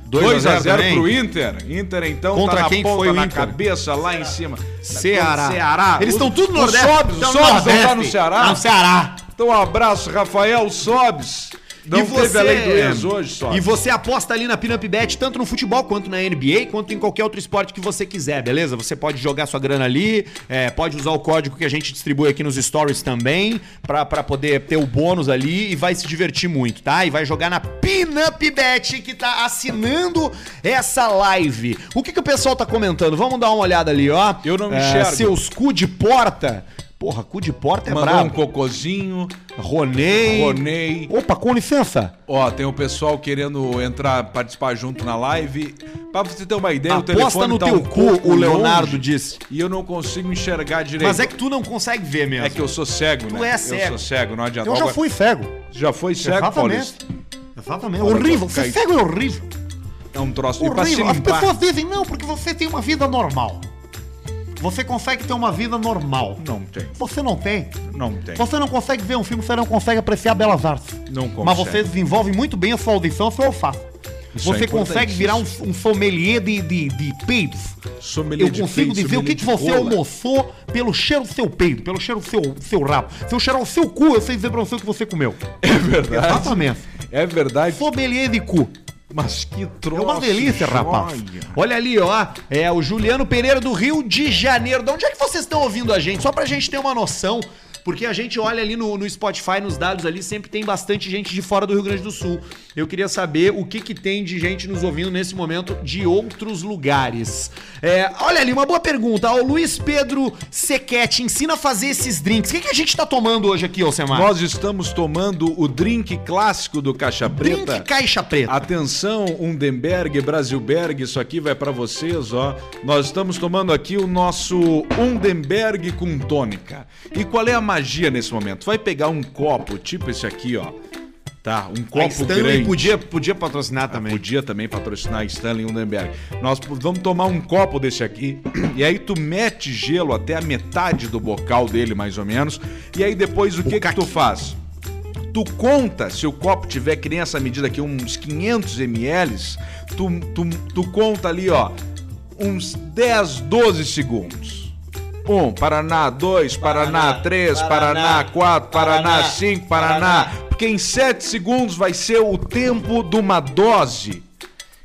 [SPEAKER 2] 2 a 0 pro Inter. Inter então
[SPEAKER 1] Contra
[SPEAKER 2] tá na
[SPEAKER 1] quem
[SPEAKER 2] ponta,
[SPEAKER 1] foi o
[SPEAKER 2] na
[SPEAKER 1] Inter?
[SPEAKER 2] cabeça, lá em cima.
[SPEAKER 1] Ceará.
[SPEAKER 2] Tá Ceará.
[SPEAKER 1] Eles estão tudo no
[SPEAKER 2] no
[SPEAKER 1] Nordeste.
[SPEAKER 2] Sobes, o
[SPEAKER 1] Tão
[SPEAKER 2] Sobes não tá
[SPEAKER 1] Nordeste.
[SPEAKER 2] no Ceará.
[SPEAKER 1] Tá no Ceará.
[SPEAKER 2] Então um abraço, Rafael Sobes. Não
[SPEAKER 1] e você, é.
[SPEAKER 2] teve a lei do ex hoje, Sobes.
[SPEAKER 1] E você aposta ali na Pinup Bet, tanto no futebol quanto na NBA, quanto em qualquer outro esporte que você quiser, beleza? Você pode jogar sua grana ali, é, pode usar o código que a gente distribui aqui nos stories também, pra, pra poder ter o bônus ali e vai se divertir muito, tá? E vai jogar na Pinup Bet, que tá assinando essa live. O que, que o pessoal tá comentando? Vamos dar uma olhada ali, ó.
[SPEAKER 2] Eu não me
[SPEAKER 1] É,
[SPEAKER 2] enxergo.
[SPEAKER 1] Seus cu de porta. Porra, cu de porta é
[SPEAKER 2] Mandou um
[SPEAKER 1] brabo.
[SPEAKER 2] cocôzinho.
[SPEAKER 1] Ronei.
[SPEAKER 2] Ronei.
[SPEAKER 1] Opa, com licença.
[SPEAKER 2] Ó, tem o pessoal querendo entrar, participar junto na live. Pra você ter uma ideia,
[SPEAKER 1] Aposta
[SPEAKER 2] o telefone
[SPEAKER 1] no
[SPEAKER 2] tá
[SPEAKER 1] teu
[SPEAKER 2] um
[SPEAKER 1] cu,
[SPEAKER 2] pouco
[SPEAKER 1] o Leonardo
[SPEAKER 2] longe
[SPEAKER 1] disse.
[SPEAKER 2] E eu não consigo enxergar direito.
[SPEAKER 1] Mas é que tu não consegue ver mesmo.
[SPEAKER 2] É que eu sou cego, né?
[SPEAKER 1] Tu é cego.
[SPEAKER 2] Eu sou cego, não adianta.
[SPEAKER 1] eu já
[SPEAKER 2] Agora-
[SPEAKER 1] fui cego.
[SPEAKER 2] Já foi cego, Paulista?
[SPEAKER 1] Exatamente. Exatamente.
[SPEAKER 2] Olha,
[SPEAKER 1] Horrível.
[SPEAKER 2] tô
[SPEAKER 1] Ser
[SPEAKER 2] caído.
[SPEAKER 1] cego é horrível.
[SPEAKER 2] É um troço. E pra se
[SPEAKER 1] Horrível. As
[SPEAKER 2] limpar...
[SPEAKER 1] pessoas dizem, não, porque você tem uma vida normal. Você consegue ter uma vida normal.
[SPEAKER 2] Não tem,
[SPEAKER 1] Você não tem.
[SPEAKER 2] não tem.
[SPEAKER 1] Você não consegue ver um filme, você não consegue apreciar belas artes.
[SPEAKER 2] Não consegue.
[SPEAKER 1] Mas você desenvolve muito bem a sua audição, seu olfato.
[SPEAKER 2] Isso é
[SPEAKER 1] você consegue
[SPEAKER 2] importantíssimo.
[SPEAKER 1] virar um, um sommelier de, de, de peidos.
[SPEAKER 2] Sommelier
[SPEAKER 1] Eu
[SPEAKER 2] de
[SPEAKER 1] consigo
[SPEAKER 2] peito,
[SPEAKER 1] dizer o que, que
[SPEAKER 2] sommelier de
[SPEAKER 1] você é um
[SPEAKER 2] cola.
[SPEAKER 1] almoçou pelo cheiro do seu peido, pelo cheiro do seu, do seu rabo. Se eu cheirar o seu cu, eu sei dizer pra você o que você comeu.
[SPEAKER 2] É verdade.
[SPEAKER 1] Exatamente.
[SPEAKER 2] É verdade.
[SPEAKER 1] Sommelier de cu.
[SPEAKER 2] Mas que
[SPEAKER 1] É
[SPEAKER 2] troço.
[SPEAKER 1] uma delícia, rapaz.
[SPEAKER 2] joia.
[SPEAKER 1] Olha ali, ó. É o Juliano Pereira do Rio de Janeiro. De onde é que vocês estão ouvindo a gente? Só pra gente ter uma noção. Porque a gente olha ali no, no Spotify, nos dados ali, sempre tem bastante gente de fora do Rio Grande do Sul. Eu queria saber o que, que tem de gente nos ouvindo nesse momento de outros lugares. É, olha ali, uma boa pergunta. O Luiz Pedro Sequete ensina a fazer esses drinks. O que, que a gente tá tomando hoje aqui, Alcemar?
[SPEAKER 2] Nós estamos tomando o drink clássico do Caixa Preta.
[SPEAKER 1] Drink caixa preta.
[SPEAKER 2] Atenção, Undemberg, Brasilberg, isso aqui vai pra vocês, ó. Nós estamos tomando aqui o nosso Undemberg com um tônica. E qual é a magia nesse momento. Tu vai pegar um copo, tipo esse aqui, ó. Tá, um
[SPEAKER 1] A
[SPEAKER 2] copo
[SPEAKER 1] Stanley
[SPEAKER 2] grande. Ah,
[SPEAKER 1] podia, podia patrocinar também.
[SPEAKER 2] Podia também patrocinar a Stanley Undenberg. Nós p- vamos tomar um copo desse aqui e aí tu mete gelo até a metade do bocal dele, mais ou menos. E aí depois o, que, que tu faz? Tu conta, se o copo tiver que nem essa medida aqui, uns 500 ml, tu, tu, tu conta ali, ó, uns 10, 12 segundos. Um, Paraná, dois, Paraná,
[SPEAKER 1] Paraná,
[SPEAKER 2] três, Paraná,
[SPEAKER 1] Paraná,
[SPEAKER 2] quatro, Paraná,
[SPEAKER 1] Paraná,
[SPEAKER 2] cinco, Paraná. Porque em 7 segundos vai ser o tempo de uma dose.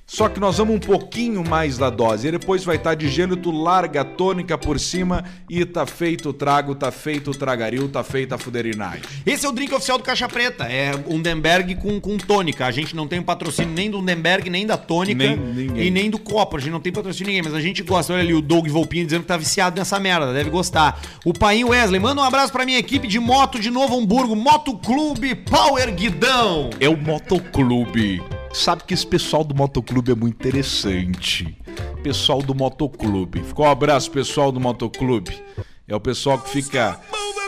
[SPEAKER 2] Só que nós vamos um pouquinho mais da dose. E depois vai estar de gelo, tu larga a tônica por cima e tá feito o trago, tá feito o tragaril, tá feita a fuderinagem.
[SPEAKER 1] Esse é o drink oficial do Caixa Preta. É Undenberg com, com tônica. A gente não tem patrocínio nem do Undenberg, nem da tônica
[SPEAKER 2] Nem- ninguém.
[SPEAKER 1] e nem do copo. A gente não tem patrocínio ninguém, mas a gente gosta. Olha ali o Doug Volpini dizendo que tá viciado nessa merda. Deve gostar. O Paim Wesley, manda um abraço pra minha equipe de moto de Novo Hamburgo, Moto Clube Power Guidão.
[SPEAKER 2] É o motoclube. Sabe que esse pessoal do motoclube é muito interessante. Pessoal do motoclube. Ficou um abraço, pessoal do motoclube. É o pessoal que fica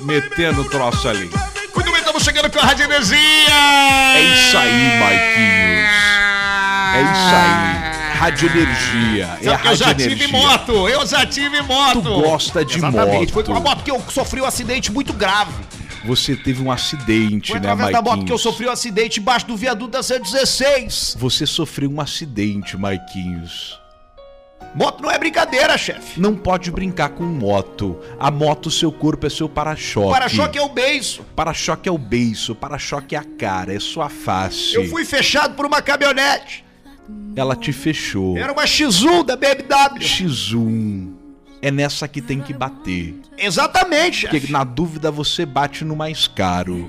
[SPEAKER 2] metendo o troço ali.
[SPEAKER 1] Muito bem, estamos chegando com a Rádio Energia.
[SPEAKER 2] É isso aí, Maiquinhos. É isso aí. Rádio Energia. É a
[SPEAKER 1] Sabe que eu
[SPEAKER 2] Rádio
[SPEAKER 1] já tive
[SPEAKER 2] Energia.
[SPEAKER 1] moto, eu já tive moto.
[SPEAKER 2] Tu gosta de moto.
[SPEAKER 1] foi com a moto que eu sofri um acidente muito grave.
[SPEAKER 2] Você teve um acidente,
[SPEAKER 1] Foi
[SPEAKER 2] né,
[SPEAKER 1] através da moto
[SPEAKER 2] Maiquinhos?
[SPEAKER 1] que eu sofri um acidente embaixo do viaduto da 116.
[SPEAKER 2] Você sofreu um acidente, Maiquinhos.
[SPEAKER 1] Moto não é brincadeira, chefe.
[SPEAKER 2] Não pode brincar com moto. A moto, seu corpo é seu para-choque.
[SPEAKER 1] Para-choque é o beijo.
[SPEAKER 2] Para-choque é o beiço, para-choque é a cara, é sua face.
[SPEAKER 1] Eu fui fechado por uma caminhonete.
[SPEAKER 2] Ela te fechou.
[SPEAKER 1] Era uma X1 da BMW.
[SPEAKER 2] X1. É nessa que tem que bater.
[SPEAKER 1] Exatamente,
[SPEAKER 2] Porque
[SPEAKER 1] chefe.
[SPEAKER 2] na dúvida você bate no mais caro.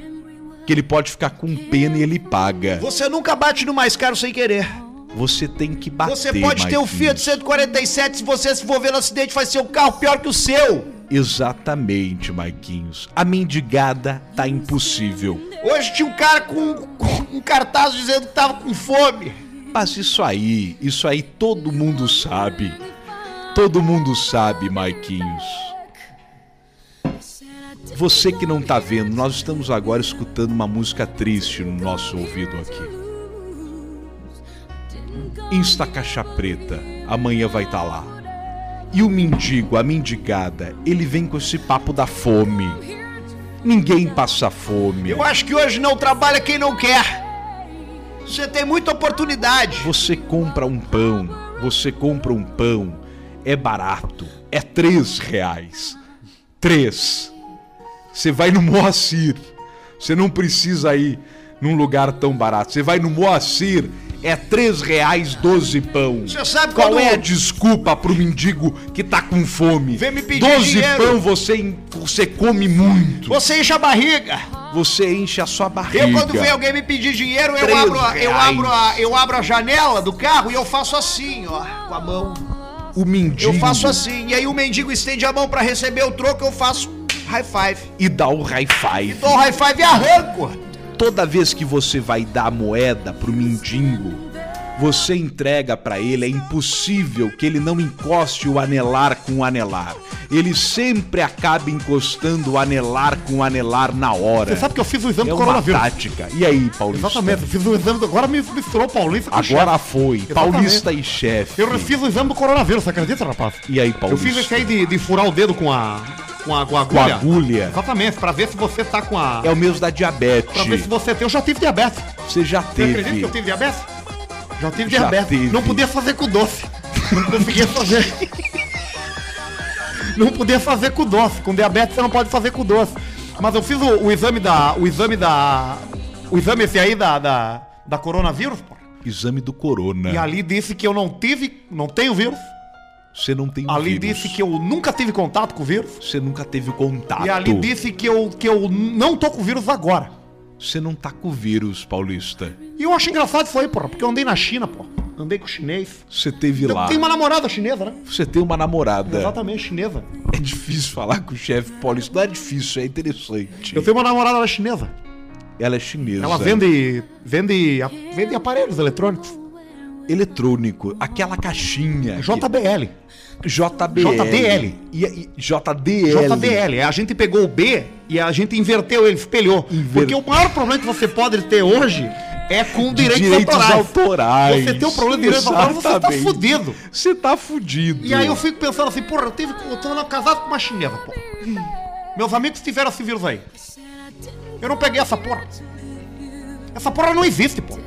[SPEAKER 2] Que ele pode ficar com pena e ele paga.
[SPEAKER 1] Você nunca bate no mais caro sem querer.
[SPEAKER 2] Você tem que bater.
[SPEAKER 1] Você pode ter um Fiat
[SPEAKER 2] Maiquinhos.
[SPEAKER 1] 147, se você se envolver no acidente, vai ser um carro pior que o seu.
[SPEAKER 2] Exatamente, Maiquinhos. A mendigada tá impossível.
[SPEAKER 1] Hoje tinha um cara com, com um cartaz dizendo que tava com fome.
[SPEAKER 2] Mas isso aí, isso aí todo mundo sabe. Todo mundo sabe, Maiquinhos. Você que não tá vendo, nós estamos agora escutando uma música triste no nosso ouvido aqui. Insta Caixa Preta, amanhã vai estar lá. E o mendigo, a mendigada, ele vem com esse papo da fome. Ninguém passa fome.
[SPEAKER 1] Eu acho que hoje não trabalha quem não quer. Você tem muita oportunidade.
[SPEAKER 2] Você compra um pão, você compra um pão, é barato, é três reais. Três. Você vai no Moacir, você não precisa ir num lugar tão barato. Você vai no Moacir, é três reais doze pão.
[SPEAKER 1] Você sabe
[SPEAKER 2] qual
[SPEAKER 1] quando-
[SPEAKER 2] é a desculpa pro mendigo que tá com fome?
[SPEAKER 1] Vem me pedir
[SPEAKER 2] doze
[SPEAKER 1] dinheiro.
[SPEAKER 2] pão você, en- você come muito,
[SPEAKER 1] Você enche a barriga.
[SPEAKER 2] você enche a sua barriga.
[SPEAKER 1] Eu quando vem alguém me pedir dinheiro, eu
[SPEAKER 2] Três
[SPEAKER 1] abro, a, eu,
[SPEAKER 2] reais.
[SPEAKER 1] abro a, eu abro a janela do carro e eu faço assim, ó, com a mão.
[SPEAKER 2] O mendigo
[SPEAKER 1] Eu faço assim. E aí o mendigo estende a mão pra receber o troco, eu faço high five.
[SPEAKER 2] e dá o high five.
[SPEAKER 1] Dou high five e arranco.
[SPEAKER 2] Toda vez que você vai dar a moeda pro mendigo, você entrega pra ele, é impossível que ele não encoste o anelar com o anelar. Ele sempre acaba encostando o anelar com o anelar na hora.
[SPEAKER 3] Você sabe que eu fiz o exame
[SPEAKER 2] é
[SPEAKER 3] do
[SPEAKER 2] uma
[SPEAKER 3] coronavírus.
[SPEAKER 2] tática. E aí, Paulista?
[SPEAKER 3] Exatamente, eu fiz o exame do... agora me misturou Paulista com chefe.
[SPEAKER 2] Agora foi. Paulista e chefe.
[SPEAKER 3] Eu fiz o exame do coronavírus, você acredita, rapaz?
[SPEAKER 2] E aí, Paulista?
[SPEAKER 3] Eu fiz esse aí de, de furar o dedo com a. com a, com a
[SPEAKER 2] Com
[SPEAKER 3] agulha.
[SPEAKER 2] agulha.
[SPEAKER 3] Exatamente, pra ver se você tá com a.
[SPEAKER 2] É o mesmo da
[SPEAKER 3] Pra ver se
[SPEAKER 2] diabetes.
[SPEAKER 3] você tem. Eu já tive diabetes.
[SPEAKER 2] Você já
[SPEAKER 3] Você acredita que
[SPEAKER 2] teve.
[SPEAKER 3] eu tive diabetes? Já tive
[SPEAKER 2] Já
[SPEAKER 3] diabetes.
[SPEAKER 2] teve.
[SPEAKER 3] Não podia fazer com doce. Não conseguia fazer. não podia fazer com doce. Com diabetes você não pode fazer com doce. Mas eu fiz o, o exame da. O exame da. O exame esse aí da. Da, da coronavírus, pô.
[SPEAKER 2] Exame do
[SPEAKER 3] E
[SPEAKER 2] corona.
[SPEAKER 3] ali disse que eu não tive. Não tenho vírus.
[SPEAKER 2] Você não tem
[SPEAKER 3] Ali
[SPEAKER 2] vírus.
[SPEAKER 3] disse que eu nunca tive contato com o vírus.
[SPEAKER 2] Você nunca teve contato.
[SPEAKER 3] E ali disse que eu, que eu não tô com vírus agora.
[SPEAKER 2] Você não tá com vírus, Paulista.
[SPEAKER 3] E eu acho engraçado isso aí, porra, porque eu andei na China, pô. Andei com o chinês.
[SPEAKER 2] Você teve
[SPEAKER 3] Eu
[SPEAKER 2] lá.
[SPEAKER 3] tenho uma namorada chinesa, né?
[SPEAKER 2] Você tem uma namorada.
[SPEAKER 3] Exatamente, chinesa.
[SPEAKER 2] É difícil falar com o chefe paulista. Não é difícil, é interessante.
[SPEAKER 3] Eu tenho uma namorada ela é chinesa.
[SPEAKER 2] Ela é chinesa.
[SPEAKER 3] Ela vende, vende, a- vende aparelhos eletrônicos.
[SPEAKER 2] eletrônico, aquela caixinha.
[SPEAKER 4] JBL.
[SPEAKER 2] que- JBL.
[SPEAKER 4] JDL.
[SPEAKER 2] E, e- JDL.
[SPEAKER 4] JBL. A gente pegou o B e a gente inverteu ele, espelhou.
[SPEAKER 2] Inver-
[SPEAKER 4] Porque o maior problema que você pode ter hoje é com
[SPEAKER 2] De
[SPEAKER 4] direitos,
[SPEAKER 2] direitos autorais.
[SPEAKER 4] Você tem um problema de direitos autorais, você tá
[SPEAKER 2] Exatamente.
[SPEAKER 4] fudido.
[SPEAKER 2] Você tá fudido.
[SPEAKER 4] E aí eu fico pensando assim, porra, eu, tive, eu tô casado com uma chinesa, pô. Meus amigos tiveram esse vírus aí. Eu não peguei essa porra. Essa porra não existe, pô.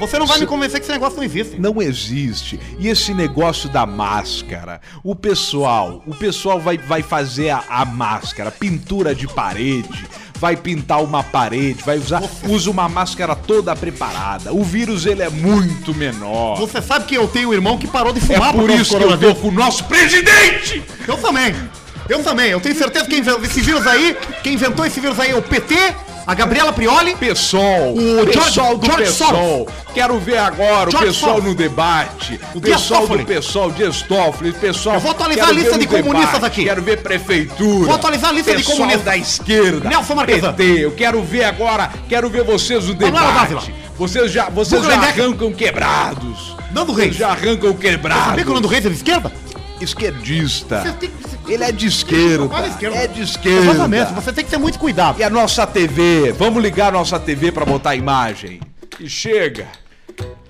[SPEAKER 4] Você não vai me convencer que esse negócio não existe.
[SPEAKER 2] Não existe. E esse negócio da máscara? O pessoal, o pessoal vai, vai fazer a, a máscara, pintura de parede, vai pintar uma parede, vai usar, usa uma máscara toda preparada. O vírus ele é muito menor.
[SPEAKER 4] Você sabe que eu tenho um irmão que parou de
[SPEAKER 2] É
[SPEAKER 4] fumar
[SPEAKER 2] por
[SPEAKER 4] causa do
[SPEAKER 2] isso que eu
[SPEAKER 4] coronavírus.
[SPEAKER 2] vou com o nosso presidente.
[SPEAKER 4] Eu também. Eu também. Eu tenho certeza que quem inventou esse vírus aí, quem inventou esse vírus aí é o PT, a Gabriela Prioli.
[SPEAKER 2] Pessoal,
[SPEAKER 4] O
[SPEAKER 2] pessoal
[SPEAKER 4] George-
[SPEAKER 2] do
[SPEAKER 4] George
[SPEAKER 2] pessoal. Quero ver agora
[SPEAKER 4] George
[SPEAKER 2] o pessoal
[SPEAKER 4] Soros.
[SPEAKER 2] no debate. O
[SPEAKER 4] O Dias
[SPEAKER 2] pessoal do
[SPEAKER 4] Toffoli.
[SPEAKER 2] pessoal, Dias Toffoli, pessoal.
[SPEAKER 4] Eu vou atualizar
[SPEAKER 2] quero
[SPEAKER 4] a lista
[SPEAKER 2] ver
[SPEAKER 4] de
[SPEAKER 2] o
[SPEAKER 4] comunistas aqui.
[SPEAKER 2] Quero ver prefeitura.
[SPEAKER 4] Vou atualizar a lista de
[SPEAKER 2] pessoal
[SPEAKER 4] comunistas.
[SPEAKER 2] da esquerda.
[SPEAKER 4] Nelson Marquesan.
[SPEAKER 2] PT. Eu quero ver agora, quero ver vocês no
[SPEAKER 4] Manuela Dávila.
[SPEAKER 2] debate. Vocês já, vocês já
[SPEAKER 4] Buclendeck.
[SPEAKER 2] arrancam quebrados.
[SPEAKER 4] Nando
[SPEAKER 2] Vocês
[SPEAKER 4] Reis.
[SPEAKER 2] já arrancam
[SPEAKER 4] Sabia que o
[SPEAKER 2] quebrados.
[SPEAKER 4] Nando Reis é de esquerda?
[SPEAKER 2] Esquerdista.
[SPEAKER 4] Você tem que-
[SPEAKER 2] Ele é de esquerda.
[SPEAKER 4] Fala esquerda.
[SPEAKER 2] É de
[SPEAKER 4] Exatamente.
[SPEAKER 2] esquerda.
[SPEAKER 4] Você tem que ter muito cuidado.
[SPEAKER 2] E a nossa TV? Vamos ligar a nossa TV pra botar a imagem. E chega.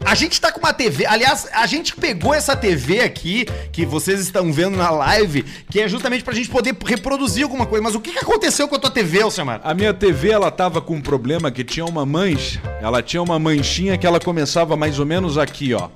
[SPEAKER 3] A gente tá com uma TV, aliás, a gente pegou essa TV aqui, que vocês estão vendo na live, que é justamente pra gente poder reproduzir alguma coisa. Mas o que, que aconteceu com a tua TV, Alcemar?
[SPEAKER 2] A minha TV, ela tava com um problema que tinha uma mancha. Ela tinha uma manchinha que ela começava mais ou menos aqui, ó.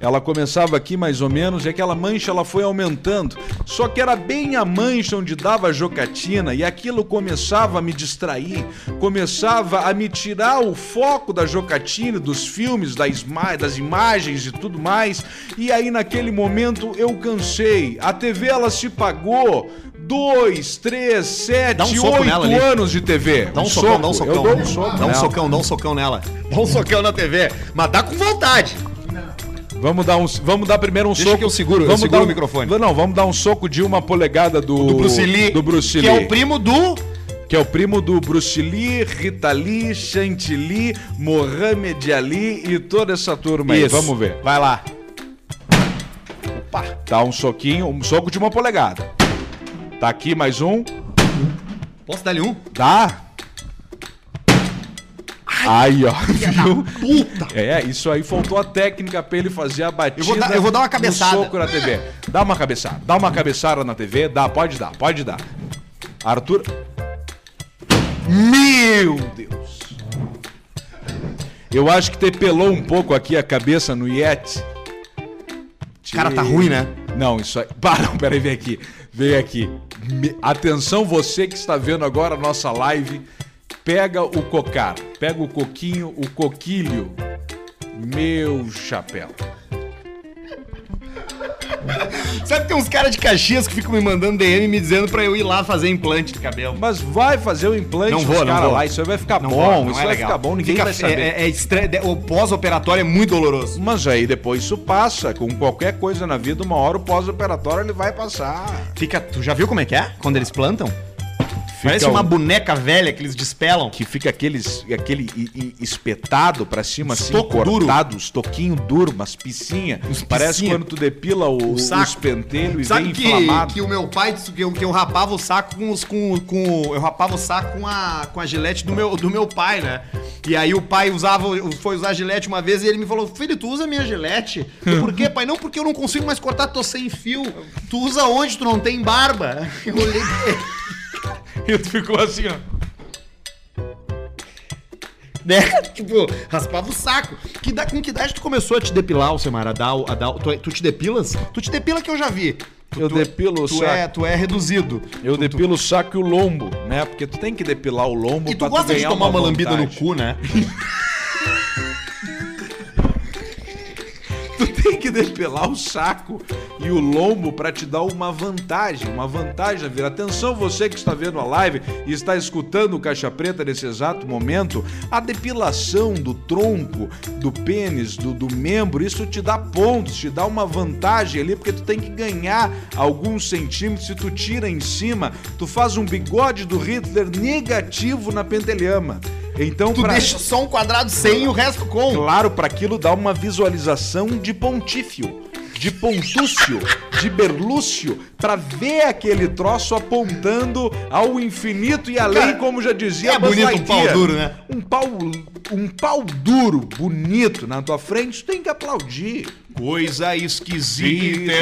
[SPEAKER 2] Ela começava aqui mais ou menos e aquela mancha ela foi aumentando. Só que era bem a mancha onde dava a jocatina e aquilo começava a me distrair, começava a me tirar o foco da jocatina, dos filmes, da isma- das imagens e tudo mais. E aí naquele momento eu cansei. A TV ela se pagou dois, três, sete,
[SPEAKER 3] Dá um soco
[SPEAKER 2] oito
[SPEAKER 3] nela ali.
[SPEAKER 2] anos de TV.
[SPEAKER 3] Dá um, socão, dá um
[SPEAKER 2] soco.
[SPEAKER 3] socão.
[SPEAKER 2] Eu dou um soco.
[SPEAKER 3] Dá um
[SPEAKER 2] nela.
[SPEAKER 3] socão, dá um socão nela. Dá um socão na TV. Mas dá com vontade.
[SPEAKER 2] Vamos dar, um, vamos dar primeiro um
[SPEAKER 3] Deixa
[SPEAKER 2] soco.
[SPEAKER 3] que eu seguro, eu
[SPEAKER 2] vamos
[SPEAKER 3] seguro
[SPEAKER 2] dar
[SPEAKER 3] o microfone.
[SPEAKER 2] Não, vamos dar um soco de uma polegada do,
[SPEAKER 3] Do Bruce Lee.
[SPEAKER 2] Do Bruce
[SPEAKER 3] Que é
[SPEAKER 2] Lee,
[SPEAKER 3] o primo do.
[SPEAKER 2] que é o primo do Bruce Lee, Rita Lee, Chantilly, Mohamed Ali e toda essa turma aí.
[SPEAKER 3] Isso.
[SPEAKER 2] Vamos ver.
[SPEAKER 3] Vai lá.
[SPEAKER 2] Tá um soquinho, um soco de uma polegada. Tá aqui mais um.
[SPEAKER 3] Posso dar-lhe um?
[SPEAKER 2] Dá. Aí, ó. Viu?
[SPEAKER 3] Puta!
[SPEAKER 2] É, isso aí faltou a técnica pra ele fazer a batida.
[SPEAKER 3] Eu vou dar- eu vou dar uma
[SPEAKER 2] no
[SPEAKER 3] cabeçada.
[SPEAKER 2] soco na TV. Dá uma cabeçada. Dá uma cabeçada na TV. Dá, pode dar, pode dar. Arthur. Meu Deus! Eu acho que tepelou um pouco aqui a cabeça no Yeti.
[SPEAKER 3] Cara, tá ruim, né?
[SPEAKER 2] Não, isso aí. Bah, não, peraí, vem aqui. Vem aqui. Me- Atenção, você que está vendo agora a nossa live. Pega o cocar. Pega o coquinho, o coquilho. Meu chapéu.
[SPEAKER 3] Sabe que tem uns caras de Caxias que ficam me mandando DM me dizendo pra eu ir lá fazer implante de cabelo.
[SPEAKER 2] Mas vai fazer o implante
[SPEAKER 3] Não
[SPEAKER 2] dos
[SPEAKER 3] vou, não
[SPEAKER 2] caras
[SPEAKER 3] vou.
[SPEAKER 2] lá. Isso aí vai ficar
[SPEAKER 3] Não
[SPEAKER 2] bom.
[SPEAKER 3] vou, não
[SPEAKER 2] isso
[SPEAKER 3] é
[SPEAKER 2] vai
[SPEAKER 3] legal.
[SPEAKER 2] ficar bom, ninguém
[SPEAKER 3] Fica-
[SPEAKER 2] vai saber.
[SPEAKER 3] É, é, é estre- o pós-operatório é muito doloroso.
[SPEAKER 2] Mas aí depois isso passa. Com qualquer coisa na vida, uma hora o pós-operatório ele vai passar.
[SPEAKER 3] Fica. Tu já viu como é que é? Quando eles plantam? Parece
[SPEAKER 2] um-
[SPEAKER 3] uma boneca velha que eles despelam.
[SPEAKER 2] que fica aqueles, aquele i- i- espetado pra cima, assim,
[SPEAKER 3] Um Estoco
[SPEAKER 2] cortado, duro. estoquinho duro, umas picinha.
[SPEAKER 3] Uns
[SPEAKER 2] Parece
[SPEAKER 3] picinha.
[SPEAKER 2] quando tu depila o,
[SPEAKER 3] O saco.
[SPEAKER 2] os pentelhos e
[SPEAKER 3] Sabe
[SPEAKER 2] vem
[SPEAKER 3] que,
[SPEAKER 2] inflamado.
[SPEAKER 3] que o meu pai disse que eu, que eu rapava o saco com os. Com, com, eu rapava o saco com a, com a gilete do meu, do meu pai, né? E aí o pai usava, foi usar a gilete uma vez e ele me falou: Filho, tu usa a minha gilete? Eu, Por quê, pai? Não, porque eu não consigo mais cortar, tô sem fio. Tu usa onde? Tu não tem barba? Eu olhei pra ele.
[SPEAKER 2] E tu ficou assim, ó.
[SPEAKER 3] Né? Tipo, raspava o saco. Que da, com que idade tu começou a te depilar, Alcemar? A dar, o- a dar, o- tu, tu te depilas? Tu te depila que eu já vi. Tu-
[SPEAKER 2] Eu
[SPEAKER 3] tu-
[SPEAKER 2] depilo o
[SPEAKER 3] tu
[SPEAKER 2] saco.
[SPEAKER 3] É, tu é reduzido.
[SPEAKER 2] Eu
[SPEAKER 3] Tu- tu-
[SPEAKER 2] depilo o saco e o lombo, né? Porque tu tem que depilar o lombo
[SPEAKER 3] E tu gosta de
[SPEAKER 2] ganhar
[SPEAKER 3] tomar uma, lambida
[SPEAKER 2] vantagem.
[SPEAKER 3] no cu, né?
[SPEAKER 2] Tu tem que depelar o saco e o lombo pra te dar uma vantagem, uma vantagem a vir. Atenção, você que está vendo a live e está escutando o Caixa Preta nesse exato momento, a depilação do tronco, do pênis, do, do membro, isso te dá pontos, te dá uma vantagem ali, porque tu tem que ganhar alguns centímetros. Se tu tira em cima, tu faz um bigode do Hitler negativo na pentelhama. Então,
[SPEAKER 3] Tu
[SPEAKER 2] pra-
[SPEAKER 3] deixa só um quadrado sem e o resto com.
[SPEAKER 2] claro, para aquilo dá uma visualização de pontífio, de pontúcio, de berlúcio, para ver aquele troço apontando ao infinito e além,
[SPEAKER 3] Cara,
[SPEAKER 2] como já dizia
[SPEAKER 3] é
[SPEAKER 2] Buzz
[SPEAKER 3] bonito um
[SPEAKER 2] Lightyear.
[SPEAKER 3] pau duro, né?
[SPEAKER 2] Um pau, um pau duro, bonito na tua frente, tu tem que aplaudir.
[SPEAKER 3] Coisa esquisita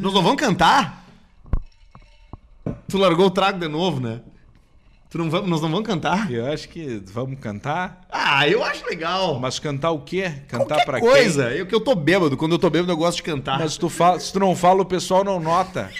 [SPEAKER 3] Nós não vamos cantar? Tu largou o trago de novo, né? Tu não vamos, nós não vamos cantar?
[SPEAKER 2] Eu acho que vamos cantar.
[SPEAKER 3] Ah, eu acho legal.
[SPEAKER 2] Mas cantar o quê? Cantar
[SPEAKER 3] Qualquer
[SPEAKER 2] pra quê?
[SPEAKER 3] coisa. Eu que eu tô bêbado. Quando eu tô bêbado, eu gosto de cantar.
[SPEAKER 2] Mas tu fala- se tu não fala, o pessoal não nota.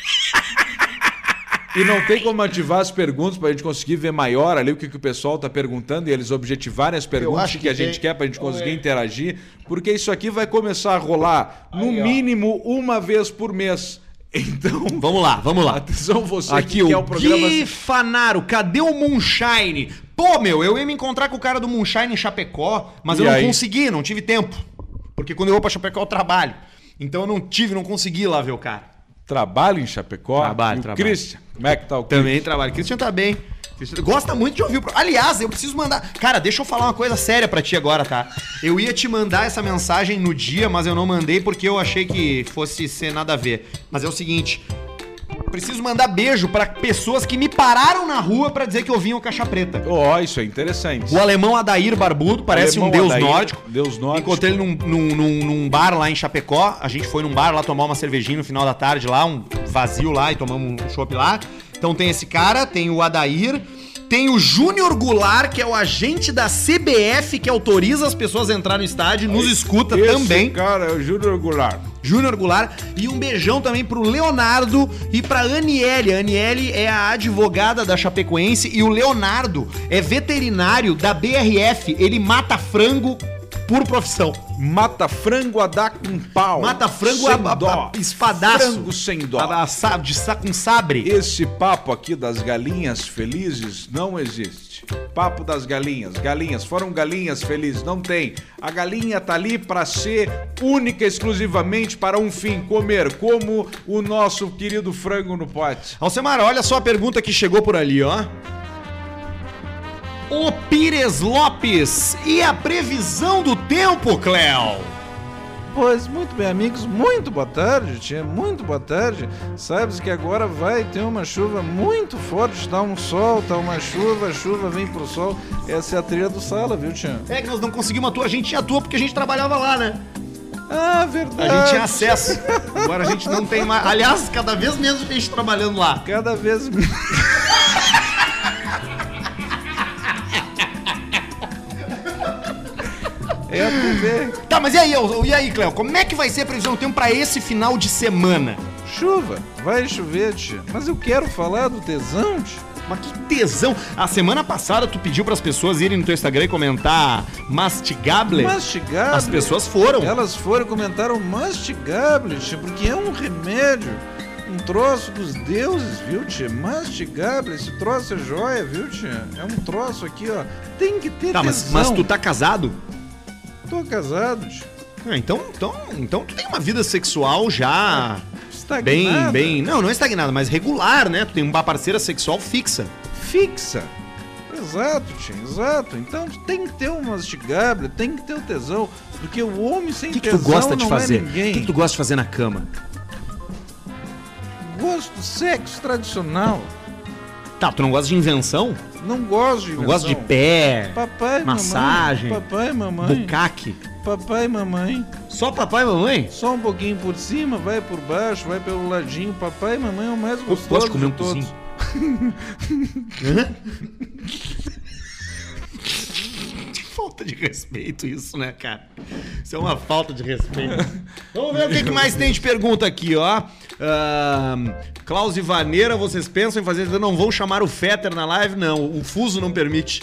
[SPEAKER 2] E não tem como ativar as perguntas pra gente conseguir ver maior ali o que, que o pessoal tá perguntando e eles objetivarem as perguntas
[SPEAKER 3] acho
[SPEAKER 2] que,
[SPEAKER 3] que
[SPEAKER 2] a gente
[SPEAKER 3] tem-
[SPEAKER 2] quer pra gente conseguir interagir, porque isso aqui vai começar a rolar no mínimo uma vez por mês. Então,
[SPEAKER 3] Vamos lá, vamos lá.
[SPEAKER 2] atenção você
[SPEAKER 3] Aqui
[SPEAKER 2] que quer
[SPEAKER 3] o
[SPEAKER 2] o programa. assim.
[SPEAKER 3] Gui Fanaro, cadê o Moonshine? Pô, meu, eu ia me encontrar com o cara do Moonshine em Chapecó, mas
[SPEAKER 2] E
[SPEAKER 3] eu não
[SPEAKER 2] aí?
[SPEAKER 3] consegui, não tive tempo. Porque quando eu vou pra Chapecó eu trabalho. Então eu não tive, não consegui ir lá ver o cara.
[SPEAKER 2] Trabalho em Chapecó.
[SPEAKER 3] Trabalho,
[SPEAKER 2] E o
[SPEAKER 3] trabalho.
[SPEAKER 2] Christian, como é que tá o
[SPEAKER 3] Também trabalho. Christian tá bem. Christian gosta muito de ouvir o pro... Aliás, eu preciso mandar. Cara, deixa eu falar uma coisa séria pra ti agora, tá? Eu ia te mandar essa mensagem no dia, mas eu não mandei porque eu achei que fosse ser nada a ver. Mas é o seguinte. Preciso mandar beijo pra pessoas que me pararam na rua pra dizer que ouviam Caixa Preta.
[SPEAKER 2] Ó, isso é interessante.
[SPEAKER 3] O alemão Adair Barbudo, parece um
[SPEAKER 2] Alemão
[SPEAKER 3] deus
[SPEAKER 2] Adair,
[SPEAKER 3] nórdico.
[SPEAKER 2] Deus nórdico.
[SPEAKER 3] Encontrei ele num, num, num- num bar lá em Chapecó. A gente foi num bar lá tomar uma cervejinha no final da tarde lá, um vazio lá e tomamos um chopp lá. Então tem esse cara, tem o Adair, tem o Júnior Goulart, que é o agente da CBF que autoriza as pessoas a entrar no estádio, nos escuta
[SPEAKER 2] Esse
[SPEAKER 3] também.
[SPEAKER 2] Cara, é o Júnior Goulart.
[SPEAKER 3] Júnior Goulart. E um beijão também pro Leonardo e pra Aniele. A Aniele é a advogada da Chapecoense e o Leonardo é veterinário da BRF. Ele mata frango por profissão.
[SPEAKER 2] Mata frango a dar com pau.
[SPEAKER 3] Mata frango
[SPEAKER 2] sem
[SPEAKER 3] a, a-
[SPEAKER 2] dó.
[SPEAKER 3] a- espadaço.
[SPEAKER 2] Frango sem dó.
[SPEAKER 3] A, a, sa- de sa, com sabre.
[SPEAKER 2] Esse papo aqui das galinhas felizes não existe. Papo das galinhas. Galinhas foram galinhas felizes, não tem. A galinha tá ali pra ser única e exclusivamente para um fim, comer, como o nosso querido frango no pote.
[SPEAKER 3] Alcemar, olha só a pergunta que chegou por ali, ó. O Pires Lopes e a previsão do tempo, Cléo?
[SPEAKER 2] Pois muito bem, amigos, muito boa tarde, tia, muito boa tarde. Sabes que agora vai ter uma chuva muito forte, tá um sol, tá uma chuva, chuva vem pro sol. Essa é a trilha do sala, viu, tia?
[SPEAKER 3] É que nós não conseguimos atuar, a gente tinha atua porque a gente trabalhava lá, né?
[SPEAKER 2] Ah,
[SPEAKER 3] A
[SPEAKER 2] verdade.
[SPEAKER 3] gente tinha acesso. Agora a gente não tem mais. Aliás, cada vez menos gente trabalhando lá.
[SPEAKER 2] Cada vez me- É a TV.
[SPEAKER 3] Tá, mas e aí, Elzo? e aí, Cléo? Como é que vai ser a previsão do tempo pra esse final de semana?
[SPEAKER 2] Chuva, vai chover, tia. Mas eu quero falar do tesão, tia.
[SPEAKER 3] Mas que tesão! A semana passada tu pediu pras pessoas irem no teu Instagram e comentar mastigable.
[SPEAKER 2] Mastigado.
[SPEAKER 3] As pessoas foram.
[SPEAKER 2] Elas foram e comentaram mastigável, tia, porque é um remédio. Um troço dos deuses, viu, tia? Mastigável, esse troço é joia, viu, tia? É um troço aqui, ó. Tem que ter
[SPEAKER 3] Tá, mas,
[SPEAKER 2] tesão.
[SPEAKER 3] mas tu tá casado?
[SPEAKER 2] Tô casado, tia.
[SPEAKER 3] Ah, então, então, então tu tem uma vida sexual já
[SPEAKER 2] Estagnado.
[SPEAKER 3] bem, bem. Não, não é estagnada, mas regular, né? Tu tem uma parceira sexual fixa.
[SPEAKER 2] fixa. Exato, tia, exato. Então tem que ter o mastigável, tem que ter o tesão, porque o homem sem
[SPEAKER 3] O que, que tu
[SPEAKER 2] tesão
[SPEAKER 3] gosta de
[SPEAKER 2] não
[SPEAKER 3] fazer?
[SPEAKER 2] é
[SPEAKER 3] O que,
[SPEAKER 2] ninguém.
[SPEAKER 3] que tu gosta de fazer na cama?
[SPEAKER 2] Gosto do sexo tradicional.
[SPEAKER 3] Tá, tu não gosta de invenção?
[SPEAKER 2] Não gosto de
[SPEAKER 3] Não gosta de
[SPEAKER 2] invenção.
[SPEAKER 3] pé,
[SPEAKER 2] Papai,
[SPEAKER 3] Massagem.
[SPEAKER 2] mamãe. Papai, mamãe.
[SPEAKER 3] bucaque.
[SPEAKER 2] Papai, mamãe.
[SPEAKER 3] Só papai e mamãe?
[SPEAKER 2] Só um pouquinho por cima, vai por baixo, vai pelo ladinho. Papai, mamãe é o mais
[SPEAKER 3] Eu
[SPEAKER 2] gostoso.
[SPEAKER 3] posso comer um
[SPEAKER 2] de todos.
[SPEAKER 3] cozinho? Que Falta de respeito isso, né, cara? Isso é uma falta de respeito. Vamos ver o que, que mais tem de pergunta aqui, ó. Ahn, Klaus e Vaneira, vocês pensam em fazer... Não vão chamar o Fetter na live? Não, o Fuso não permite.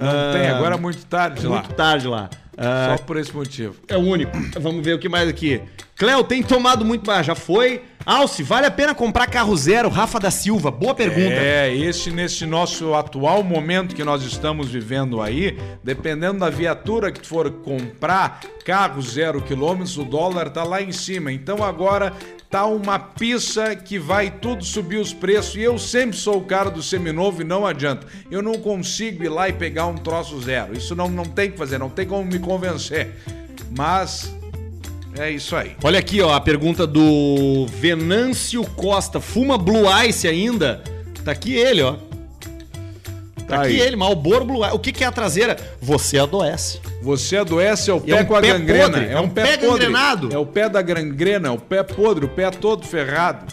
[SPEAKER 5] Ah.
[SPEAKER 2] Não tem,
[SPEAKER 3] Ahn,
[SPEAKER 2] agora é muito tarde lá.
[SPEAKER 3] Muito tarde lá. Ahn,
[SPEAKER 2] Só por esse motivo.
[SPEAKER 3] É o único. Vamos ver o que mais aqui. Cléo, tem tomado muito. Ah, já foi. Alce, vale a pena comprar carro zero? Rafa da Silva, boa pergunta.
[SPEAKER 5] É, esse nesse nosso atual momento que nós estamos vivendo aí, dependendo da viatura que tu for comprar, carro zero quilômetro, o dólar tá lá em cima. Então agora tá uma pista que vai tudo subir os preços e eu sempre sou o cara do seminovo e não adianta. Eu não consigo ir lá e pegar um troço zero. Isso não, não tem que fazer, não tem como me convencer. Mas é isso aí.
[SPEAKER 3] Olha aqui, ó, a pergunta do Venâncio Costa. Fuma Blue Ice ainda? Tá aqui ele, ó. Tá,
[SPEAKER 5] Tá
[SPEAKER 3] aqui
[SPEAKER 5] aí.
[SPEAKER 3] ele, Malboro Blue Ice. O que, que é a traseira? Você adoece.
[SPEAKER 5] Você adoece é o pé
[SPEAKER 3] um
[SPEAKER 5] com a
[SPEAKER 3] pé
[SPEAKER 5] gangrena.
[SPEAKER 3] podre,
[SPEAKER 5] É, um pé, podre.
[SPEAKER 3] gangrenado.
[SPEAKER 5] É o pé da gangrena, é o pé podre, o pé todo ferrado.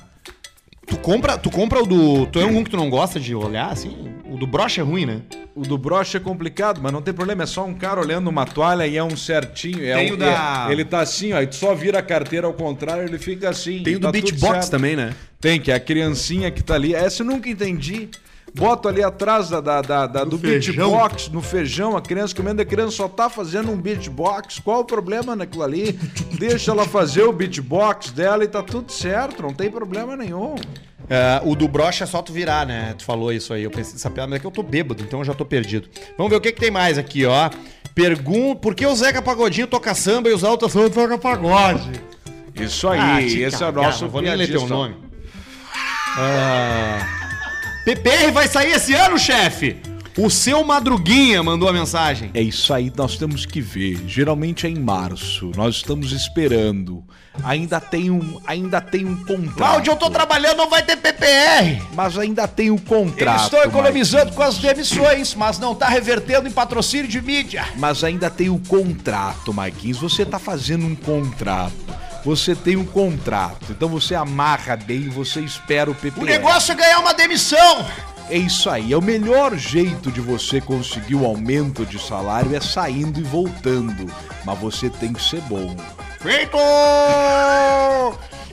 [SPEAKER 3] Tu compra, tu compra o do. Tu é um que tu não gosta de olhar, assim? O do broche é ruim, né?
[SPEAKER 5] O do broche é complicado, mas não tem problema, é só um cara olhando uma toalha e é um certinho. É
[SPEAKER 3] Tem
[SPEAKER 5] um-
[SPEAKER 3] o da-
[SPEAKER 5] é- ele tá assim, ó, e tu só vira a carteira ao contrário, ele fica assim.
[SPEAKER 3] Tem
[SPEAKER 5] e
[SPEAKER 3] o do
[SPEAKER 5] tá tudo
[SPEAKER 3] beatbox
[SPEAKER 5] certo.
[SPEAKER 3] também, né?
[SPEAKER 5] Tem, que é a criancinha que tá ali. Essa eu nunca entendi. Boto ali atrás da, da, da- da- do,
[SPEAKER 3] feijão.
[SPEAKER 5] beatbox, no feijão, a criança comendo, a criança só tá fazendo um beatbox. Qual o problema naquilo ali? Deixa ela fazer o beatbox dela e tá tudo certo, não tem problema nenhum.
[SPEAKER 3] É, o do broche é só tu virar, né? Tu falou isso aí. Eu pensei nessa piada, mas é que eu tô bêbado, então eu já tô perdido. Vamos ver o que, que tem mais aqui, ó. Pergunta: por que o Zeca Pagodinho toca samba e os altos samba toca pagode?
[SPEAKER 5] Isso aí,
[SPEAKER 3] te
[SPEAKER 5] esse é o
[SPEAKER 3] cagar,
[SPEAKER 5] nosso
[SPEAKER 3] Ah, não vou nem ler teu
[SPEAKER 5] piadista.
[SPEAKER 3] nome. Ah, PPR vai sair esse ano, chefe! O seu Madruguinha mandou a mensagem.
[SPEAKER 5] É isso aí, nós temos que ver. Geralmente é em março, nós estamos esperando. Ainda tem um, ainda tem um contrato.
[SPEAKER 3] Cláudio, eu tô trabalhando, não vai ter PPR!
[SPEAKER 5] Mas ainda tem um contrato.
[SPEAKER 1] Estou
[SPEAKER 5] Mike.
[SPEAKER 1] economizando com as demissões, mas não
[SPEAKER 3] tá
[SPEAKER 1] está revertendo em patrocínio de mídia.
[SPEAKER 5] Mas ainda tem o contrato, Marquinhos. Você está fazendo um contrato. Você tem um contrato. Então você amarra bem, você espera o PPR.
[SPEAKER 1] O negócio é ganhar uma demissão.
[SPEAKER 5] É isso aí. É o melhor jeito de você conseguir o aumento de salário é saindo e voltando. Mas você tem que ser bom.
[SPEAKER 3] Feito!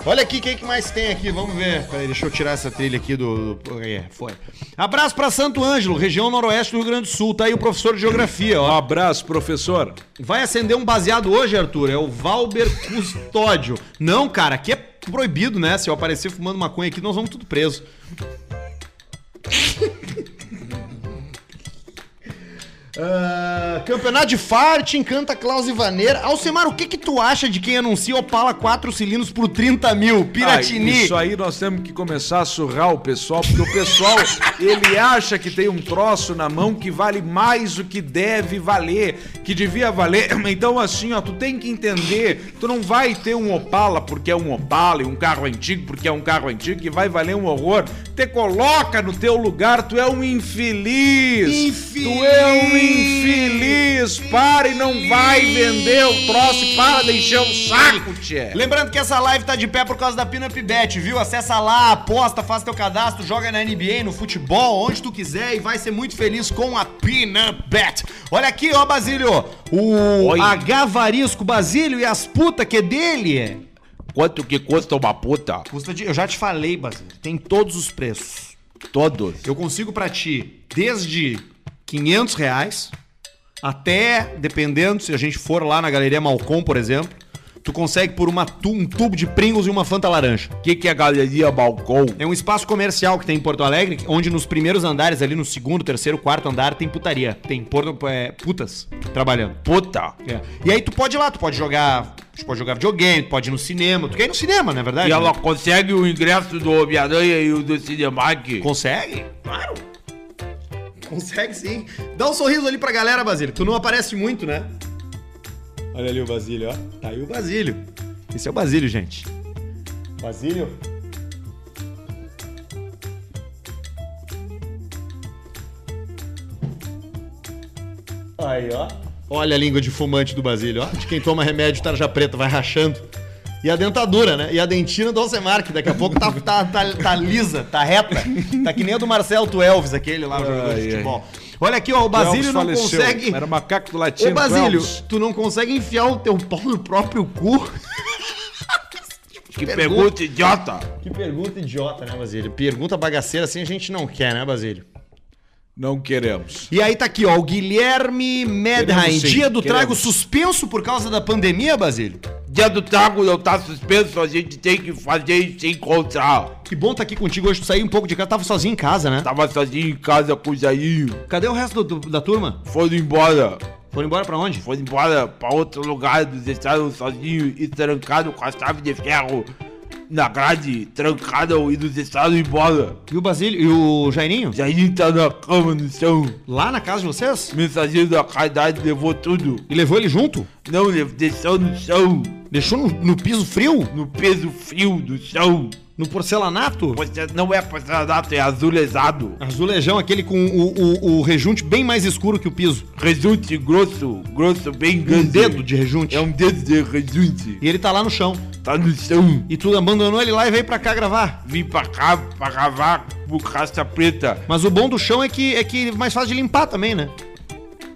[SPEAKER 3] Olha aqui, quem que mais tem aqui? Vamos ver. Peraí, deixa eu tirar essa trilha aqui do. do- É, foi. Abraço pra Santo Ângelo, região noroeste do Rio Grande do Sul. Tá aí o professor de geografia,
[SPEAKER 2] Um
[SPEAKER 3] ó.
[SPEAKER 5] abraço, professor.
[SPEAKER 3] Vai acender um baseado hoje, Arthur? É o Valber Custódio. Não, cara, aqui é proibido, né? Se eu aparecer fumando maconha aqui, nós vamos tudo preso. Ah, campeonato de Farte encanta Klaus Ivaneira. Alcemar, o que que tu acha de quem anuncia Opala 4 cilindros por 30 mil?
[SPEAKER 5] Ah,
[SPEAKER 3] Piratini.
[SPEAKER 5] isso aí nós temos que começar a surrar o pessoal, porque o pessoal, ele acha que tem um troço na mão que vale mais do que deve valer, que devia valer. Então, assim, ó, tu tem que entender, tu não vai ter um Opala porque é um Opala e um carro antigo porque é um carro antigo que vai valer um horror. Te coloca no teu lugar, tu é um infeliz. Tu é um infeliz. Para e não vai vender o troço, para de
[SPEAKER 2] é
[SPEAKER 5] encher
[SPEAKER 2] um
[SPEAKER 5] o saco, tchê.
[SPEAKER 3] é? Lembrando que essa live tá de pé por causa da Pinup Bet, viu? Acessa lá, aposta, faz teu cadastro, joga na NBA, no futebol, onde tu quiser e vai ser muito feliz com a Pinup Bet. Olha aqui, ó, Basílio. O
[SPEAKER 5] Oi.
[SPEAKER 3] Agavarisco Basílio e as puta que é dele.
[SPEAKER 5] Quanto que custa uma puta?
[SPEAKER 3] Custa de... Eu já te falei, Basílio. Tem todos os preços.
[SPEAKER 5] Todos.
[SPEAKER 3] Eu consigo pra ti desde 500 reais até, dependendo, se a gente for lá na Galeria Malcom, por exemplo, tu consegue por uma tu- um tubo de Pringles e uma Fanta laranja.
[SPEAKER 5] O que, que é a galeria balcão?
[SPEAKER 3] É um espaço comercial que tem em Porto Alegre, onde nos primeiros andares, ali no segundo, terceiro, quarto andar, tem putaria. Tem porno, é, putas trabalhando.
[SPEAKER 5] Puta.
[SPEAKER 3] É. E aí tu pode ir lá, tu pode jogar. Tu pode jogar videogame, tu pode ir no cinema. Tu quer ir no cinema, não é verdade?
[SPEAKER 5] E ela consegue o ingresso do Homem-Aranha e o do Cinemark?
[SPEAKER 3] Consegue? Claro! Consegue sim. Dá um sorriso ali pra galera, Basílio. Tu não aparece muito, né? Olha ali o Basílio, ó. Tá aí o Basílio. Esse é o Basílio, gente. Basílio? Aí, ó. Olha a língua de fumante do Basílio, ó. De quem toma remédio tarja preta, vai rachando. E a dentadura, né? E a dentina do Alcemar, que daqui a pouco tá, tá- tá- tá lisa, tá reta. Tá que nem a do Marcelo Tuelves, aquele lá, o jogador
[SPEAKER 5] Ai,
[SPEAKER 3] de
[SPEAKER 5] ai.
[SPEAKER 3] futebol. Olha aqui, ó, o Basílio não consegue...
[SPEAKER 5] Era macaco do latino.
[SPEAKER 3] Ô, Basílio,
[SPEAKER 5] Elvis,
[SPEAKER 3] tu não consegue enfiar o teu pau no próprio cu?
[SPEAKER 5] que pergunta idiota.
[SPEAKER 3] Que pergunta idiota, né, Basílio? Pergunta bagaceira assim a gente não quer, né, Basílio?
[SPEAKER 5] Não queremos.
[SPEAKER 3] E aí tá aqui, ó, o Guilherme Medheim.
[SPEAKER 5] Queremos sim,
[SPEAKER 3] Dia do
[SPEAKER 5] queremos.
[SPEAKER 3] trago suspenso por causa da pandemia, Basílio?
[SPEAKER 6] Dia do Taco não tá suspenso, a gente tem que fazer e se encontrar.
[SPEAKER 4] Que bom tá aqui contigo hoje. Tu saiu um pouco de casa, tava sozinho em casa, né?
[SPEAKER 6] Tava sozinho em casa com o Jair,
[SPEAKER 4] Cadê o resto do- do- da turma?
[SPEAKER 6] foram embora.
[SPEAKER 4] Foram embora pra onde?
[SPEAKER 6] Foram embora pra outro lugar, nos deixaram sozinhos e trancaram com a chave de ferro na grade. Trancaram e nos deixaram embora.
[SPEAKER 4] E o Basílio e o Jairinho?
[SPEAKER 6] Jair tá na cama, no chão.
[SPEAKER 4] Lá na casa de vocês?
[SPEAKER 6] Mensageiro da caridade levou tudo.
[SPEAKER 4] E levou ele junto?
[SPEAKER 6] Não, ele deixou no chão,
[SPEAKER 4] Deixou no, no piso frio?
[SPEAKER 6] no peso frio do chão.
[SPEAKER 4] No porcelanato?
[SPEAKER 6] Você não é porcelanato, é azulejado.
[SPEAKER 4] Azulejão, aquele com o, o, o rejunte bem mais escuro que o piso.
[SPEAKER 6] Rejunte grosso, grosso bem grande.
[SPEAKER 4] Um dedo de rejunte.
[SPEAKER 6] É um dedo de rejunte.
[SPEAKER 4] E ele tá lá no chão.
[SPEAKER 6] Tá no chão.
[SPEAKER 4] E tu abandonou ele lá e veio pra cá gravar.
[SPEAKER 6] Vim pra cá pra gravar pro Caixa Preta.
[SPEAKER 4] Mas o bom do chão é que é que é mais fácil de limpar também, né?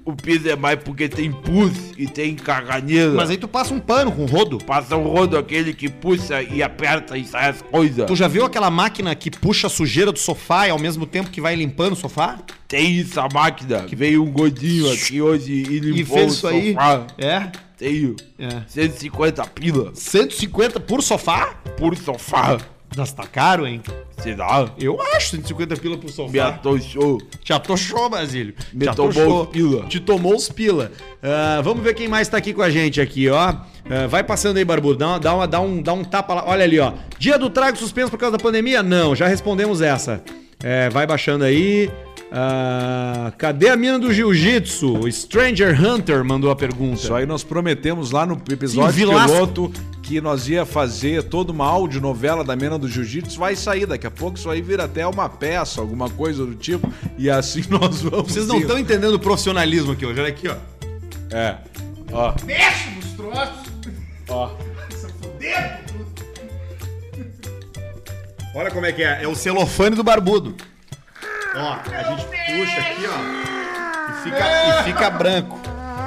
[SPEAKER 6] O piso é mais porque tem pus e tem caganeira.
[SPEAKER 4] Mas aí tu passa um pano com rodo.
[SPEAKER 6] Passa o rodo aquele que puxa e aperta e sai as coisas.
[SPEAKER 4] Tu já viu aquela máquina que puxa a sujeira do sofá e ao mesmo tempo que vai limpando o sofá?
[SPEAKER 6] Tem essa máquina. Que veio um godinho aqui hoje e limpou
[SPEAKER 4] E fez
[SPEAKER 6] o
[SPEAKER 4] isso aí?
[SPEAKER 6] sofá.
[SPEAKER 4] É?
[SPEAKER 6] Tenho
[SPEAKER 4] É.
[SPEAKER 6] 150 pila
[SPEAKER 4] 150 por sofá?
[SPEAKER 6] por sofá.
[SPEAKER 4] Nossa, tá caro, hein?
[SPEAKER 6] Será?
[SPEAKER 4] Eu acho 150 pila por sofá.
[SPEAKER 6] Me atochou.
[SPEAKER 4] Te atochou, Basílio.
[SPEAKER 6] Me
[SPEAKER 3] Já
[SPEAKER 6] tomou
[SPEAKER 3] tochou.
[SPEAKER 6] os pila.
[SPEAKER 3] Te tomou os pila. Ah, vamos ver quem mais tá aqui com a gente aqui, ó. Ah, vai passando aí, Barbudo. Dá, uma- dá, uma, dá, um, dá um tapa lá. Olha ali, ó. Dia do trago suspenso por causa da pandemia? Não, já respondemos essa. É, vai baixando aí. Ah, cadê a mina do jiu-jitsu? O Stranger Hunter mandou a pergunta.
[SPEAKER 2] Isso aí nós prometemos lá no episódio
[SPEAKER 3] Sim, Vilasco.
[SPEAKER 2] piloto que nós ia fazer toda uma audionovela da Mena do Jiu-Jitsu. Vai sair daqui a pouco, isso aí vira até uma peça, alguma coisa do tipo. E assim nós vamos.
[SPEAKER 3] Vocês não
[SPEAKER 2] indo.
[SPEAKER 3] estão entendendo o profissionalismo aqui hoje. Olha aqui, ó.
[SPEAKER 2] É. Ó.
[SPEAKER 5] Mexe nos troços.
[SPEAKER 2] Ó.
[SPEAKER 5] Se fuder.
[SPEAKER 3] Olha como é que é. É o celofane do barbudo. Ó, a gente puxa aqui, ó. E fica, e fica branco.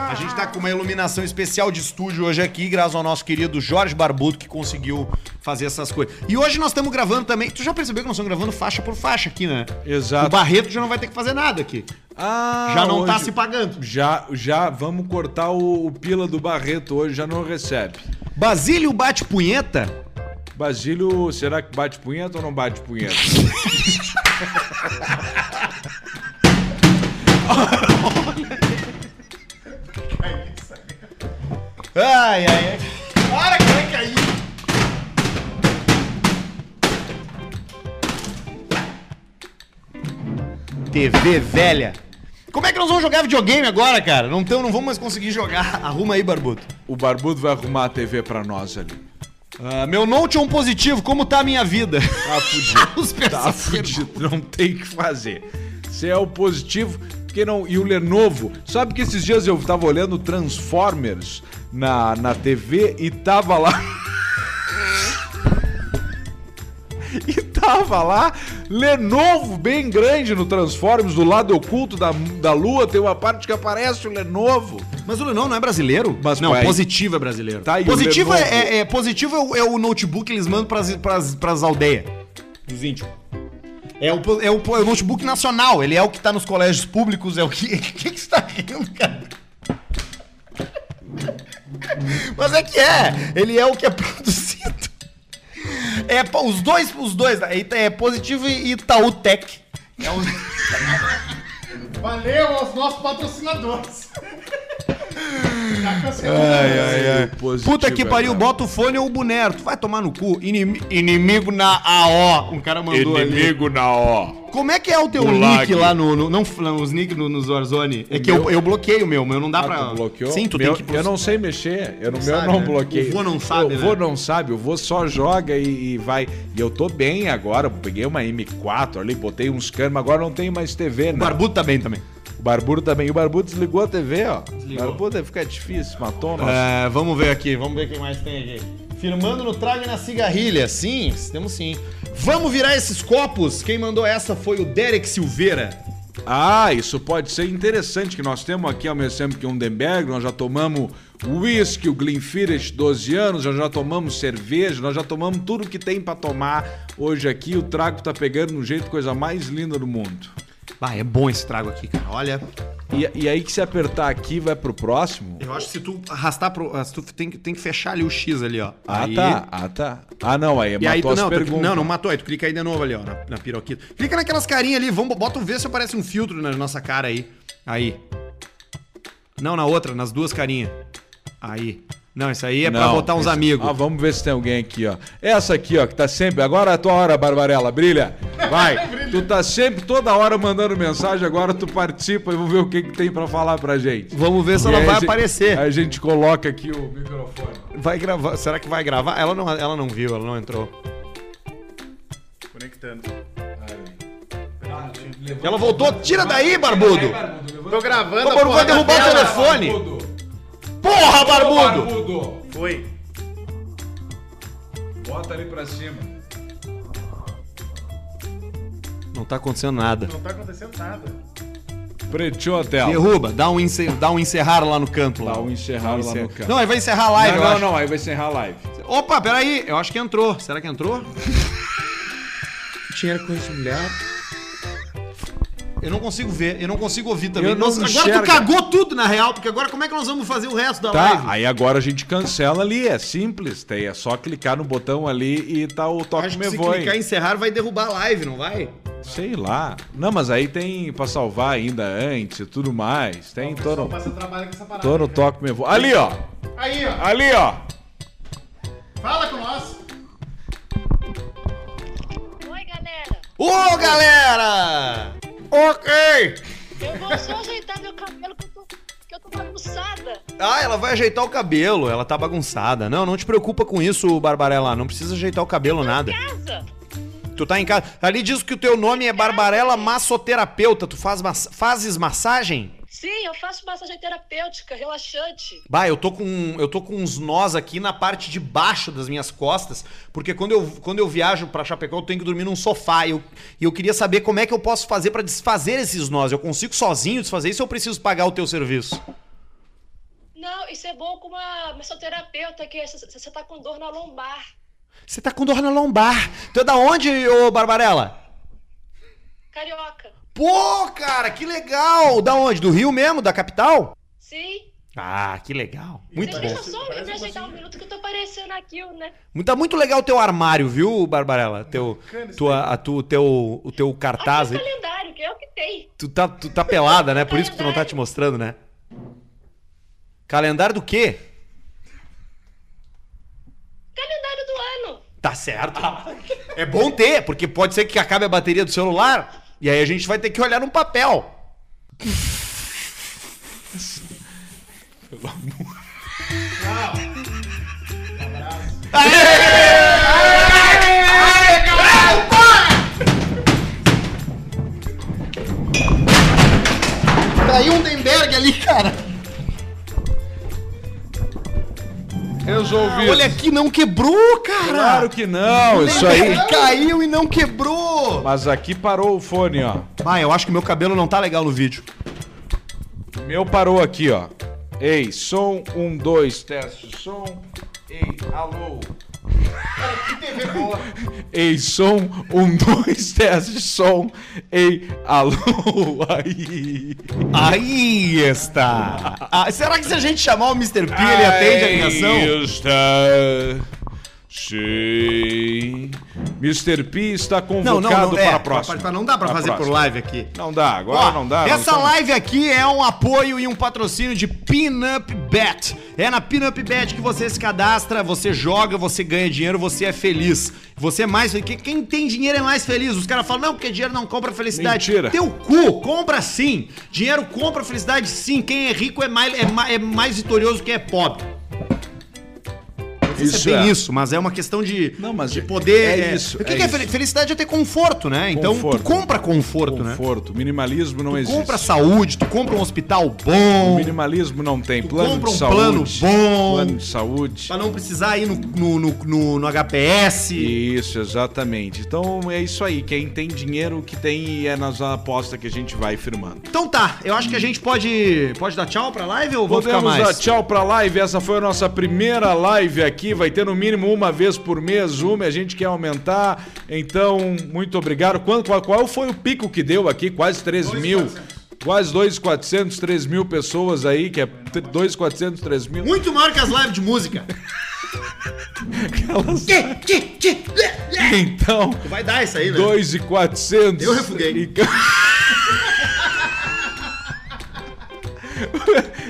[SPEAKER 3] A gente tá com uma iluminação especial de estúdio hoje aqui, graças ao nosso querido Jorge Barbudo, que conseguiu fazer essas coisas. E hoje nós estamos gravando também. Tu já percebeu que nós estamos gravando faixa por faixa aqui, né?
[SPEAKER 2] Exato.
[SPEAKER 3] O Barreto já não vai ter que fazer nada aqui.
[SPEAKER 2] Ah,
[SPEAKER 3] já não tá
[SPEAKER 2] hoje-
[SPEAKER 3] se pagando.
[SPEAKER 2] Já, já vamos cortar o, o pila do Barreto hoje, já não recebe.
[SPEAKER 3] Basílio bate punheta?
[SPEAKER 2] Basílio, será que bate punheta ou não bate punheta?
[SPEAKER 3] Ai, ai, ai.
[SPEAKER 5] Para que vai cair.
[SPEAKER 3] TV velha. Como é que nós vamos jogar videogame agora, cara? Não, tamo- não vamos mais conseguir jogar. Arruma aí, Barbudo.
[SPEAKER 2] O Barbudo vai arrumar a TV pra nós ali.
[SPEAKER 3] Ah, meu note é um positivo, como tá a minha vida?
[SPEAKER 2] Tá fudido.
[SPEAKER 3] Os
[SPEAKER 2] Tá
[SPEAKER 3] personagens.
[SPEAKER 2] fudido, não tem o que fazer. Se é o positivo, porque não. E o Lenovo, sabe que esses dias eu tava olhando Transformers na, na TV e tava lá. e tava lá Lenovo bem grande no Transformers, do lado oculto da, da lua, tem uma parte que aparece o Lenovo.
[SPEAKER 3] Mas o Lennon não é brasileiro?
[SPEAKER 2] Mas
[SPEAKER 3] não,
[SPEAKER 2] qual é?
[SPEAKER 3] positivo é brasileiro.
[SPEAKER 2] Tá, e o
[SPEAKER 3] positivo é,
[SPEAKER 2] Lenovo?
[SPEAKER 3] é- é- positivo é o, é o notebook que eles mandam pras, pras, pras aldeias. Dos índios. É o, po- é, o, po- é o notebook nacional, ele é o que tá nos colégios públicos, é o que. O que, que você tá rindo, cara? Mas é que é, ele é o que é produzido. É, pa- os dois, os dois, é, Ita- é positivo e Itaú Tech. É o-
[SPEAKER 5] Valeu aos nossos patrocinadores. Tá cancelado.
[SPEAKER 2] Positivo,
[SPEAKER 3] Puta que
[SPEAKER 2] é
[SPEAKER 3] pariu,
[SPEAKER 2] brabo.
[SPEAKER 3] bota o fone ou o boneiro. Tu vai tomar no cu. Inimi- inimigo na AO. Um cara mandou ali.
[SPEAKER 6] Inimigo na ó.
[SPEAKER 3] Como é que é o teu nick
[SPEAKER 6] lag.
[SPEAKER 3] lá no. no- não, f- não, os nick no, no Warzone. É que eu, eu bloqueei o meu, mas não dá
[SPEAKER 2] Ah,
[SPEAKER 3] pra.
[SPEAKER 2] tu bloqueou?
[SPEAKER 3] Sim, tu
[SPEAKER 2] Meu-
[SPEAKER 3] tem que.
[SPEAKER 2] Eu não sei mexer. Eu no meu
[SPEAKER 3] sabe,
[SPEAKER 2] não
[SPEAKER 3] né?
[SPEAKER 2] bloqueio.
[SPEAKER 3] O vô não sabe,
[SPEAKER 2] O
[SPEAKER 3] né?
[SPEAKER 2] vô não sabe. O vô só joga e, e vai. E eu tô bem agora. eu Peguei uma M4 ali, botei uns canos, mas agora não tem mais TV,
[SPEAKER 3] O
[SPEAKER 2] né?
[SPEAKER 3] barbudo tá bem também.
[SPEAKER 2] O Barbudo também. E o Barbudo desligou a TV, ó. O Barbudo fica difícil. Matou né? nós.
[SPEAKER 3] É, vamos ver aqui, vamos ver quem mais tem aqui. Firmando no trago e na cigarrilha. Sim, temos sim. Vamos virar esses copos. Quem mandou essa foi o Derek Silveira.
[SPEAKER 2] Ah, isso pode ser interessante, que nós temos aqui ao mesmo tempo que um Demberg, nós já tomamos whisky, o Glenfiddich, 12 anos, nós já tomamos cerveja, nós já tomamos tudo que tem pra tomar hoje aqui. O um trago tá pegando no jeito coisa mais linda do mundo.
[SPEAKER 3] Ah, é bom esse trago aqui, cara. Olha.
[SPEAKER 2] E, e aí que se apertar aqui vai pro próximo?
[SPEAKER 3] Eu acho que se tu arrastar pro. ah, Se tu tem, que- tem que fechar ali o X ali, ó.
[SPEAKER 2] Ah,
[SPEAKER 3] Aí-
[SPEAKER 2] tá. Ah, tá. Ah, não, aí
[SPEAKER 3] E
[SPEAKER 2] matou
[SPEAKER 3] aí tu,
[SPEAKER 2] as
[SPEAKER 3] não, tu-
[SPEAKER 2] perguntas.
[SPEAKER 3] não, não matou. Aí tu clica aí de novo ali, ó, na, na piroquita. Clica naquelas carinhas ali, vamos, bota um ver se aparece um filtro na nossa cara aí. Aí. Não, na outra, nas duas carinhas. Aí. Não, isso aí é pra
[SPEAKER 2] Não,
[SPEAKER 3] botar uns
[SPEAKER 2] esse-
[SPEAKER 3] amigos.
[SPEAKER 2] Ah, vamos ver se tem alguém aqui, ó. Essa aqui, ó, que tá sempre. Agora é a tua hora, Barbarella. Brilha. Vai. tu tá sempre, toda hora, mandando mensagem. Agora tu participa e vamos ver o que, que tem pra falar pra gente.
[SPEAKER 3] Vamos ver se
[SPEAKER 2] E
[SPEAKER 3] ela
[SPEAKER 2] aí
[SPEAKER 3] vai
[SPEAKER 2] a gente-
[SPEAKER 3] aparecer.
[SPEAKER 2] Aí a gente coloca aqui o microfone.
[SPEAKER 3] Vai gravar. Será que vai gravar? Ela não, ela não viu, ela não entrou.
[SPEAKER 5] Conectando.
[SPEAKER 3] Ah, Ela voltou. Tira daí, barbudo!
[SPEAKER 5] Tô gravando.
[SPEAKER 3] Ô, Barbudo,
[SPEAKER 5] porra
[SPEAKER 3] vai
[SPEAKER 5] da
[SPEAKER 3] derrubar o
[SPEAKER 5] tela.
[SPEAKER 3] telefone! Porra, barbudo!
[SPEAKER 5] Foi.
[SPEAKER 2] Bota ali pra cima.
[SPEAKER 3] Não tá acontecendo nada.
[SPEAKER 5] Não tá acontecendo nada.
[SPEAKER 2] Preteou a tela.
[SPEAKER 3] Derruba, dá um, encer, dá um encerrar lá no canto. Lá.
[SPEAKER 2] Dá um encerrar lá no canto.
[SPEAKER 3] Não, aí vai encerrar a live, eu acho.
[SPEAKER 2] aí vai encerrar a live.
[SPEAKER 3] Opa, peraí, eu acho que entrou. Será que entrou? Dinheiro com esse mulher. Eu não consigo ver, eu não consigo ouvir também.
[SPEAKER 2] Eu não
[SPEAKER 3] Nossa, agora
[SPEAKER 2] enxergo.
[SPEAKER 3] tu cagou tudo, na real, porque agora como é que nós vamos fazer o resto da
[SPEAKER 2] Tá,
[SPEAKER 3] live?
[SPEAKER 2] aí agora a gente cancela ali, é simples, tem, é só clicar no botão ali e tá o toque
[SPEAKER 3] Acho que
[SPEAKER 2] me
[SPEAKER 3] se
[SPEAKER 2] voe.
[SPEAKER 3] clicar em encerrar, vai derrubar a live, não vai?
[SPEAKER 2] Sei lá. Não, mas aí tem pra salvar ainda antes e tudo mais. Tem todo,
[SPEAKER 5] Passa trabalho com essa parada.
[SPEAKER 2] todo
[SPEAKER 3] né?
[SPEAKER 2] toque me voe. Ali, ó.
[SPEAKER 5] Aí, ó.
[SPEAKER 2] Ali, ó.
[SPEAKER 5] Fala com nós.
[SPEAKER 7] Oi, galera!
[SPEAKER 3] Ô, galera! Ok!
[SPEAKER 7] Eu vou só ajeitar meu cabelo que eu tô, que eu tô bagunçada.
[SPEAKER 3] Ah, ela vai ajeitar o cabelo, ela tá bagunçada. Não, não te preocupa com isso, Barbarella, não precisa ajeitar o cabelo, nada.
[SPEAKER 7] Casa!
[SPEAKER 3] Tu tá em casa. Ali diz que o teu nome é Barbarella Massoterapeuta. Tu faz mas- fazes massagem?
[SPEAKER 7] Sim, eu faço massagem terapêutica, relaxante.
[SPEAKER 3] Bah, eu tô com um, eu tô com uns nós aqui na parte de baixo das minhas costas, porque quando eu, quando eu viajo pra Chapecó, eu tenho que dormir num sofá. E eu, e eu queria saber como é que eu posso fazer pra desfazer esses nós. Eu consigo sozinho desfazer isso ou eu preciso pagar o teu serviço?
[SPEAKER 7] Não, isso é bom com uma massoterapeuta que você tá com dor na lombar.
[SPEAKER 3] Você tá com dor na lombar. Tu é da onde, ô Barbarella?
[SPEAKER 7] Carioca.
[SPEAKER 3] Pô, cara, que legal! Da onde? Do Rio mesmo? Da capital?
[SPEAKER 7] Sim?
[SPEAKER 3] Ah, que legal. Muito
[SPEAKER 7] Deixa
[SPEAKER 3] bom.
[SPEAKER 7] eu só me ajeitar um minuto que eu tô parecendo aquilo, né?
[SPEAKER 3] Mu- Tá muito legal o teu armário, viu, Barbarella? Teu, tua, a tu, teu, o teu cartaz.
[SPEAKER 7] Aqui é o
[SPEAKER 3] aí.
[SPEAKER 7] calendário, que é o que tem.
[SPEAKER 3] Tu tá, tu tá pelada, né? Por isso que tu não tá te mostrando, né? Calendário do quê?
[SPEAKER 7] Calendário do ano.
[SPEAKER 3] Tá certo. É bom ter, porque pode ser que acabe a bateria do celular e aí a gente vai ter que olhar num papel.
[SPEAKER 5] Caiu um Denberg ali, cara.
[SPEAKER 2] Resolvido.
[SPEAKER 3] Olha aqui, não quebrou, cara!
[SPEAKER 2] Claro que não, isso aí.
[SPEAKER 3] Caiu e não quebrou!
[SPEAKER 2] Mas aqui parou o fone, ó.
[SPEAKER 3] Ah, eu acho que meu cabelo não tá legal no vídeo.
[SPEAKER 2] O Meu parou aqui, ó. Ei, som, um, dois, teste, som. Ei, alô. Ei, som, um, dois, teste, som. Ei, alô, aí.
[SPEAKER 3] Aí está! Ah, será que se a gente chamar o Mr. P, ele atende a ligação?
[SPEAKER 2] Aí está. Sim. Mr. P está convocado para a próxima.
[SPEAKER 3] pra- é, não dá pra, fazer por
[SPEAKER 2] próxima.
[SPEAKER 3] live aqui.
[SPEAKER 2] Não dá, agora
[SPEAKER 3] Ó,
[SPEAKER 2] não dá. não
[SPEAKER 3] Essa
[SPEAKER 2] estamos-
[SPEAKER 3] live aqui é um apoio e um patrocínio de Pinup Bet. É na Pinup Bet que você se cadastra, você joga, você ganha dinheiro, você é feliz. Você é mais feliz. Quem tem dinheiro é mais feliz. Os caras falam, não, porque dinheiro não compra felicidade.
[SPEAKER 2] Mentira.
[SPEAKER 3] Teu cu, compra sim. Dinheiro compra felicidade sim. Quem é rico é mais, é ma- é mais vitorioso que é pobre. Não sei se
[SPEAKER 2] Isso
[SPEAKER 3] é bem
[SPEAKER 2] é.
[SPEAKER 3] isso, mas é uma questão de,
[SPEAKER 2] Não, mas
[SPEAKER 3] de
[SPEAKER 2] é-
[SPEAKER 3] poder.
[SPEAKER 2] é isso,
[SPEAKER 3] O que
[SPEAKER 2] é
[SPEAKER 3] que é
[SPEAKER 2] isso.
[SPEAKER 3] fel- felicidade é ter conforto, né? Então tu
[SPEAKER 2] Conforto.
[SPEAKER 3] compra conforto, né?
[SPEAKER 2] Conforto, minimalismo não
[SPEAKER 3] Tu
[SPEAKER 2] existe.
[SPEAKER 3] compra saúde, tu compra um hospital
[SPEAKER 2] O
[SPEAKER 3] bom,
[SPEAKER 2] minimalismo não tem. Plano
[SPEAKER 3] compra um
[SPEAKER 2] de saúde.
[SPEAKER 3] plano bom.
[SPEAKER 2] Plano de saúde.
[SPEAKER 3] pra não precisar ir no, no, no, no- no HPS.
[SPEAKER 2] Isso, exatamente. Então é isso aí. Quem tem dinheiro, o que tem e é nas apostas que a gente vai firmando.
[SPEAKER 3] Então tá, eu acho que a gente pode, pode dar tchau pra live ou vamos ficar
[SPEAKER 2] Podemos dar
[SPEAKER 3] mais?
[SPEAKER 2] tchau pra live. Essa foi a nossa primeira live aqui. Vai ter no mínimo uma vez por mês, uma. A gente quer aumentar. Então, muito obrigado. Quanto, qual, qual foi o pico que deu aqui? Quase 3 mil. Quase 2,400, 3 mil pessoas aí, que é 2,400, 3 mil.
[SPEAKER 5] Muito maior que as lives de música.
[SPEAKER 2] Elas-
[SPEAKER 5] Tchê, tchê, tchê, lê, lê.
[SPEAKER 2] Então,
[SPEAKER 5] Tu vai dar isso aí, né?
[SPEAKER 2] 2,400.
[SPEAKER 5] Eu refuguei.
[SPEAKER 2] E-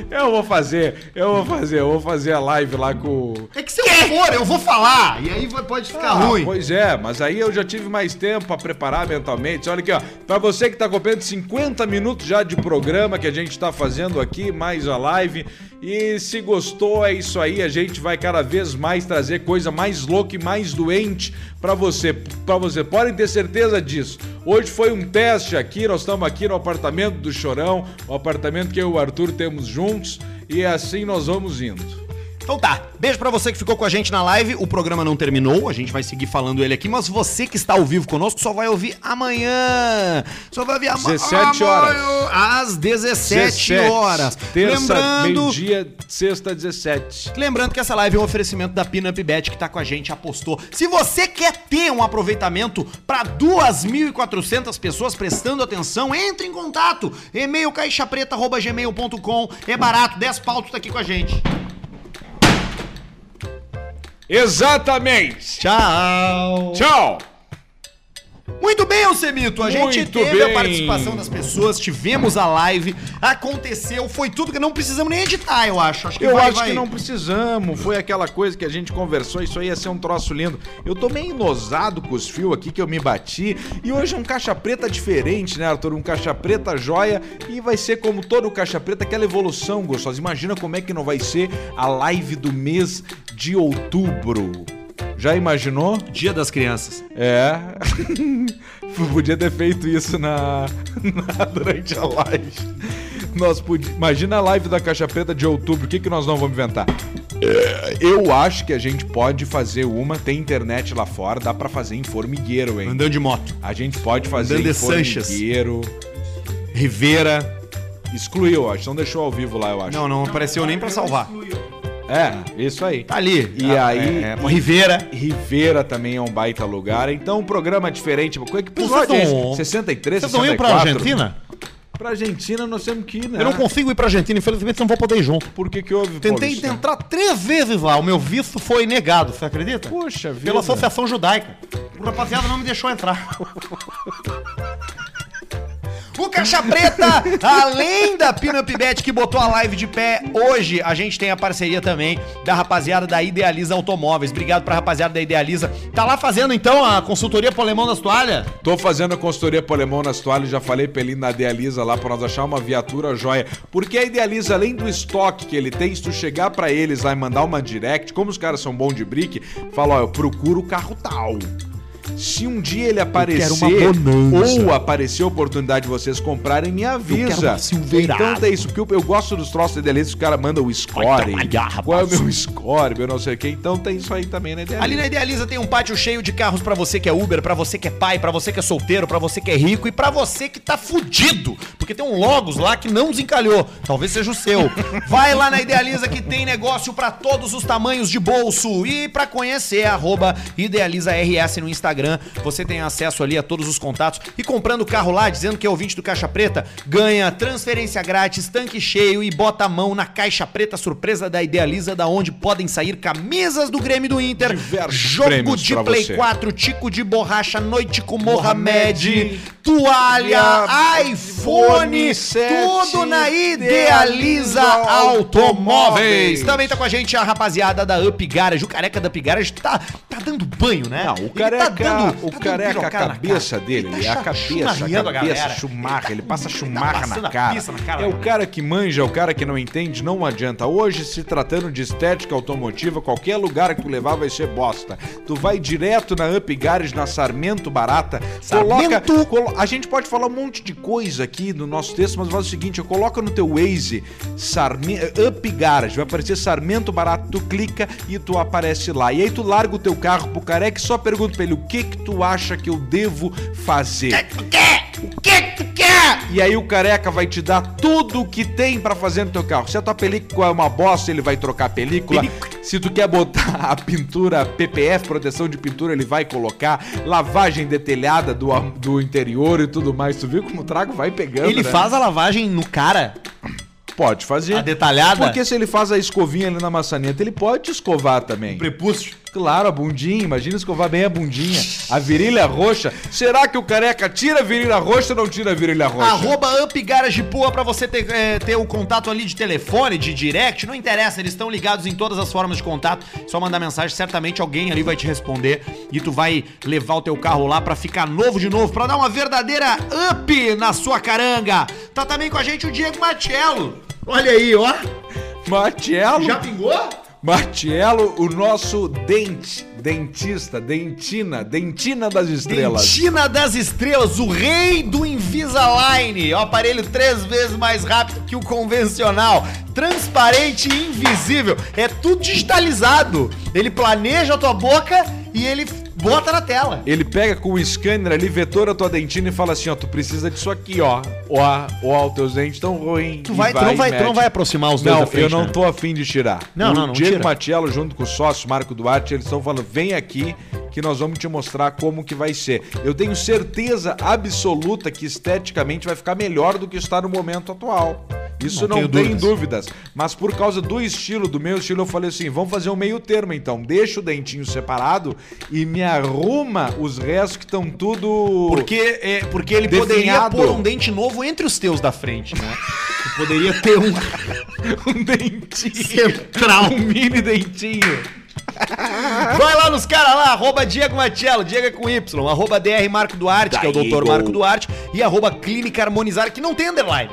[SPEAKER 2] Eu vou fazer, eu vou fazer, eu vou fazer a live lá com. o-
[SPEAKER 5] É que se eu for, eu vou falar. E aí vai- pode ficar
[SPEAKER 2] Ah,
[SPEAKER 5] ruim.
[SPEAKER 2] Pois é, mas aí eu já tive mais tempo pra preparar mentalmente. Olha aqui, ó. Pra você que tá acompanhando 50 minutos já de programa que a gente tá fazendo aqui, mais a live. E se gostou, é isso aí. A gente vai cada vez mais trazer coisa mais louca e mais doente pra você. Pra você. Podem ter certeza disso. Hoje foi um teste aqui. Nós estamos aqui no apartamento do Chorão, o apartamento que eu e o Arthur temos juntos. E assim nós vamos indo.
[SPEAKER 3] Então tá, beijo pra você que ficou com a gente na live. O programa não terminou, a gente vai seguir falando ele aqui, mas você que está ao vivo conosco só vai ouvir amanhã. Só vai ouvir ama-
[SPEAKER 2] 17 horas.
[SPEAKER 3] amanhã, Às 17, horas.
[SPEAKER 2] Terça,
[SPEAKER 3] Lembrando.
[SPEAKER 2] meio-dia, sexta, 17.
[SPEAKER 3] Lembrando que essa live é um oferecimento da Pinup Bet que tá com a gente, apostou. Se você quer ter um aproveitamento para 2.400 pessoas prestando atenção, entre em contato. E-mail caixapreta.gmail.com. É barato, 10 pautos tá aqui com a gente.
[SPEAKER 2] Exatamente!
[SPEAKER 3] Tchau.
[SPEAKER 2] Tchau!
[SPEAKER 3] Muito bem, Alcemito. A gente
[SPEAKER 2] Muito
[SPEAKER 3] teve a
[SPEAKER 2] bem.
[SPEAKER 3] participação das pessoas, tivemos a live, aconteceu, foi tudo que não precisamos nem editar, eu acho. Acho que
[SPEAKER 2] Eu
[SPEAKER 3] vai-
[SPEAKER 2] acho
[SPEAKER 3] vai-
[SPEAKER 2] que não precisamos. Foi aquela coisa que a gente conversou. Isso aí ia ser um troço lindo. Eu tô meio nosado com os fios aqui que eu me bati. E hoje é um caixa preta diferente, né, Arthur? Um caixa preta joia. E vai ser como todo caixa preta, aquela evolução gostosa. Imagina como é que não vai ser a live do mês de outubro. Já imaginou?
[SPEAKER 3] Dia das Crianças.
[SPEAKER 2] É. Podia ter feito isso na, na- durante a live. Nós podi... Imagina a live da Caixa Preta de outubro, o que, que nós não vamos inventar? É, Eu acho que a gente pode fazer uma, tem internet lá fora, dá pra fazer em formigueiro, hein?
[SPEAKER 3] Andando de moto.
[SPEAKER 2] A gente pode fazer
[SPEAKER 3] Andando
[SPEAKER 2] em
[SPEAKER 3] de Sanches.
[SPEAKER 2] formigueiro.
[SPEAKER 3] Rivera.
[SPEAKER 2] Excluiu, acho, não deixou ao vivo lá, eu acho.
[SPEAKER 3] Não, não apareceu nem pra salvar.
[SPEAKER 2] É, isso aí.
[SPEAKER 3] Tá ali.
[SPEAKER 2] E
[SPEAKER 3] Ah,
[SPEAKER 2] aí-
[SPEAKER 3] é, é, Rivera.
[SPEAKER 2] Rivera também é um baita lugar, então um programa diferente. Que episódio
[SPEAKER 3] Vocês
[SPEAKER 2] é
[SPEAKER 3] não-
[SPEAKER 2] esse? 63,
[SPEAKER 4] Vocês não iam pra
[SPEAKER 2] 64?
[SPEAKER 4] Argentina?
[SPEAKER 2] Pra Argentina nós temos que ir, né?
[SPEAKER 4] Eu
[SPEAKER 3] É.
[SPEAKER 4] não consigo ir pra Argentina, infelizmente não vou poder ir junto.
[SPEAKER 2] Por que que houve,
[SPEAKER 4] Tentei
[SPEAKER 2] Paulista?
[SPEAKER 4] entrar três vezes lá, o meu visto foi negado, você acredita?
[SPEAKER 2] Poxa vida.
[SPEAKER 4] Pela Associação Judaica. O rapaziada não me deixou entrar.
[SPEAKER 3] O Caixa Preta, além da Pinup Bet que botou a live de pé, hoje a gente tem a parceria também da rapaziada da Idealiza Automóveis. Obrigado pra rapaziada da Idealiza.
[SPEAKER 4] Tá lá fazendo então a consultoria pro alemão das toalhas?
[SPEAKER 2] Tô fazendo a consultoria Polemão nas toalhas, já falei pra ele ir na Idealiza lá pra nós achar uma viatura joia. Porque a Idealiza, além do estoque que ele tem, se tu chegar pra eles lá e mandar uma direct, como os caras são bons de brick, fala, ó, eu procuro o carro tal. Se um dia ele aparecer ou aparecer a oportunidade de vocês comprarem, me avisa. então tem isso, porque eu, eu gosto dos troços da Idealiza, os caras mandam o score. Qual é o meu score, meu não sei o quê. Então tem isso aí também na Idealiza.
[SPEAKER 3] Ali na Idealiza tem um pátio cheio de carros pra você que é Uber, pra você que é pai, pra você que é solteiro, pra você que é rico e pra você que tá fudido, porque tem um Logos lá que não desencalhou. Talvez seja o seu. Vai lá na Idealiza que tem negócio pra todos os tamanhos de bolso e pra conhecer arroba Idealiza RS no Instagram. Você tem acesso ali a todos os contatos e comprando o carro lá, dizendo que é ouvinte do Caixa Preta, ganha transferência grátis, tanque cheio e bota a mão na Caixa Preta surpresa da Idealiza, da onde podem sair camisas do Grêmio e do Inter.
[SPEAKER 2] Diversos
[SPEAKER 3] Jogo
[SPEAKER 2] prêmios
[SPEAKER 3] de
[SPEAKER 2] pra
[SPEAKER 3] Play
[SPEAKER 2] você.
[SPEAKER 3] 4, Tico de borracha, Noite com Mohamed, toalha, iPhone,
[SPEAKER 2] iPhone sete,
[SPEAKER 3] tudo na Idealiza
[SPEAKER 2] Idealiza
[SPEAKER 3] Automóveis.
[SPEAKER 2] Automóveis.
[SPEAKER 3] Também tá com a gente a rapaziada da Up Garage. O careca da Up Garage tá, tá dando banho, né?
[SPEAKER 2] Não, o
[SPEAKER 3] Ele
[SPEAKER 2] careca,
[SPEAKER 3] tá dando-
[SPEAKER 2] o
[SPEAKER 3] tá dando
[SPEAKER 2] careca, a
[SPEAKER 3] pirocada na
[SPEAKER 2] cabeça
[SPEAKER 3] cara.
[SPEAKER 2] dele,
[SPEAKER 3] Ele
[SPEAKER 2] é
[SPEAKER 3] tá
[SPEAKER 2] a cabeça, a
[SPEAKER 3] chumarreando a
[SPEAKER 2] cabeça,
[SPEAKER 3] galera.
[SPEAKER 2] chumarra, ele passa
[SPEAKER 3] tá
[SPEAKER 2] chumarra
[SPEAKER 3] passando a
[SPEAKER 2] na, cara.
[SPEAKER 3] pizza na cara,
[SPEAKER 2] É
[SPEAKER 3] né?
[SPEAKER 2] o cara que manja, é o cara que não entende, não adianta. Hoje, se tratando de estética automotiva, qualquer lugar que tu levar vai ser bosta. Tu vai direto na Up Garage, na Sarmento Barata, coloca... colo- a gente pode falar um monte de coisa aqui no nosso texto, mas faz o seguinte, eu coloca no teu Waze, Sarme, Up Garage, vai aparecer Sarmento Barata, tu clica e tu aparece lá. E aí tu larga o teu carro pro careca e só pergunta pra ele, o que que tu acha que eu devo fazer?
[SPEAKER 3] O que que tu quer?
[SPEAKER 2] E aí o careca vai te dar tudo o que tem pra fazer no teu carro. Se a tua película é uma bosta, ele vai trocar a película. Se tu quer botar a pintura PPF, proteção de pintura, ele vai colocar. Lavagem detalhada do, a- do interior e tudo mais. Tu viu como o trago vai pegando,
[SPEAKER 3] Ele
[SPEAKER 2] né?
[SPEAKER 3] faz a lavagem no cara,
[SPEAKER 2] Pode fazer.
[SPEAKER 3] a detalhada.
[SPEAKER 2] Porque se ele faz a escovinha ali na maçaneta, ele pode te escovar também.
[SPEAKER 5] Prepúcio.
[SPEAKER 2] Claro, a bundinha. Imagina escovar bem a bundinha. A virilha roxa. Será que o careca tira a virilha roxa ou não tira a virilha roxa?
[SPEAKER 3] Arroba Up Garage Poa pra você ter, eh, ter o contato ali de telefone, de direct, não interessa, eles estão ligados em todas as formas de contato. Só mandar mensagem, certamente alguém ali vai te responder e tu vai levar o teu carro lá pra ficar novo de novo, pra dar uma verdadeira up na sua caranga. Tá também com a gente o Diego Matiello.
[SPEAKER 5] Olha aí, ó.
[SPEAKER 2] Matiello.
[SPEAKER 5] Já pingou?
[SPEAKER 2] Matiello, o nosso dente, dentista, dentina, dentina das estrelas.
[SPEAKER 3] Dentina das Estrelas, o rei do Invisalign. O aparelho três vezes mais rápido que o convencional. Transparente e invisível. É tudo digitalizado. Ele planeja a tua boca e ele bota na tela.
[SPEAKER 2] Ele pega com o scanner ali, vetora a tua dentina e fala assim, ó, tu precisa disso aqui, ó. Ó, ó, os teus dentes tão ruins.
[SPEAKER 3] Tu vai, tu não vai, tu não vai aproximar os dois
[SPEAKER 2] Não,
[SPEAKER 3] da frente,
[SPEAKER 2] eu não
[SPEAKER 3] né?
[SPEAKER 2] tô afim de tirar.
[SPEAKER 3] Não,
[SPEAKER 2] o
[SPEAKER 3] não, não
[SPEAKER 2] Diego
[SPEAKER 3] tira.
[SPEAKER 2] Matiello, junto com o sócio Marco Duarte, eles estão falando: vem aqui que nós vamos te mostrar como que vai ser. Eu tenho certeza absoluta que esteticamente vai ficar melhor do que está no momento atual. Isso não,
[SPEAKER 3] tenho
[SPEAKER 2] tem
[SPEAKER 3] dúvidas.
[SPEAKER 2] dúvidas. Mas por causa do estilo, do meu estilo, eu falei assim: vamos fazer um meio termo então. Deixa o dentinho separado e me arruma os restos que estão tudo.
[SPEAKER 3] Porque, é, porque ele poderia
[SPEAKER 2] Definhado.
[SPEAKER 3] pôr um dente novo entre os teus da frente, né? Tu poderia ter um
[SPEAKER 2] um dentinho.
[SPEAKER 3] central.
[SPEAKER 2] Um mini dentinho.
[SPEAKER 3] Vai lá nos caras lá, arroba Diego Matiello, Diego é com Y, arroba DR Marco Duarte, que é o Dr. Marco Duarte, e arroba Clínica Harmonizar, que não tem underline.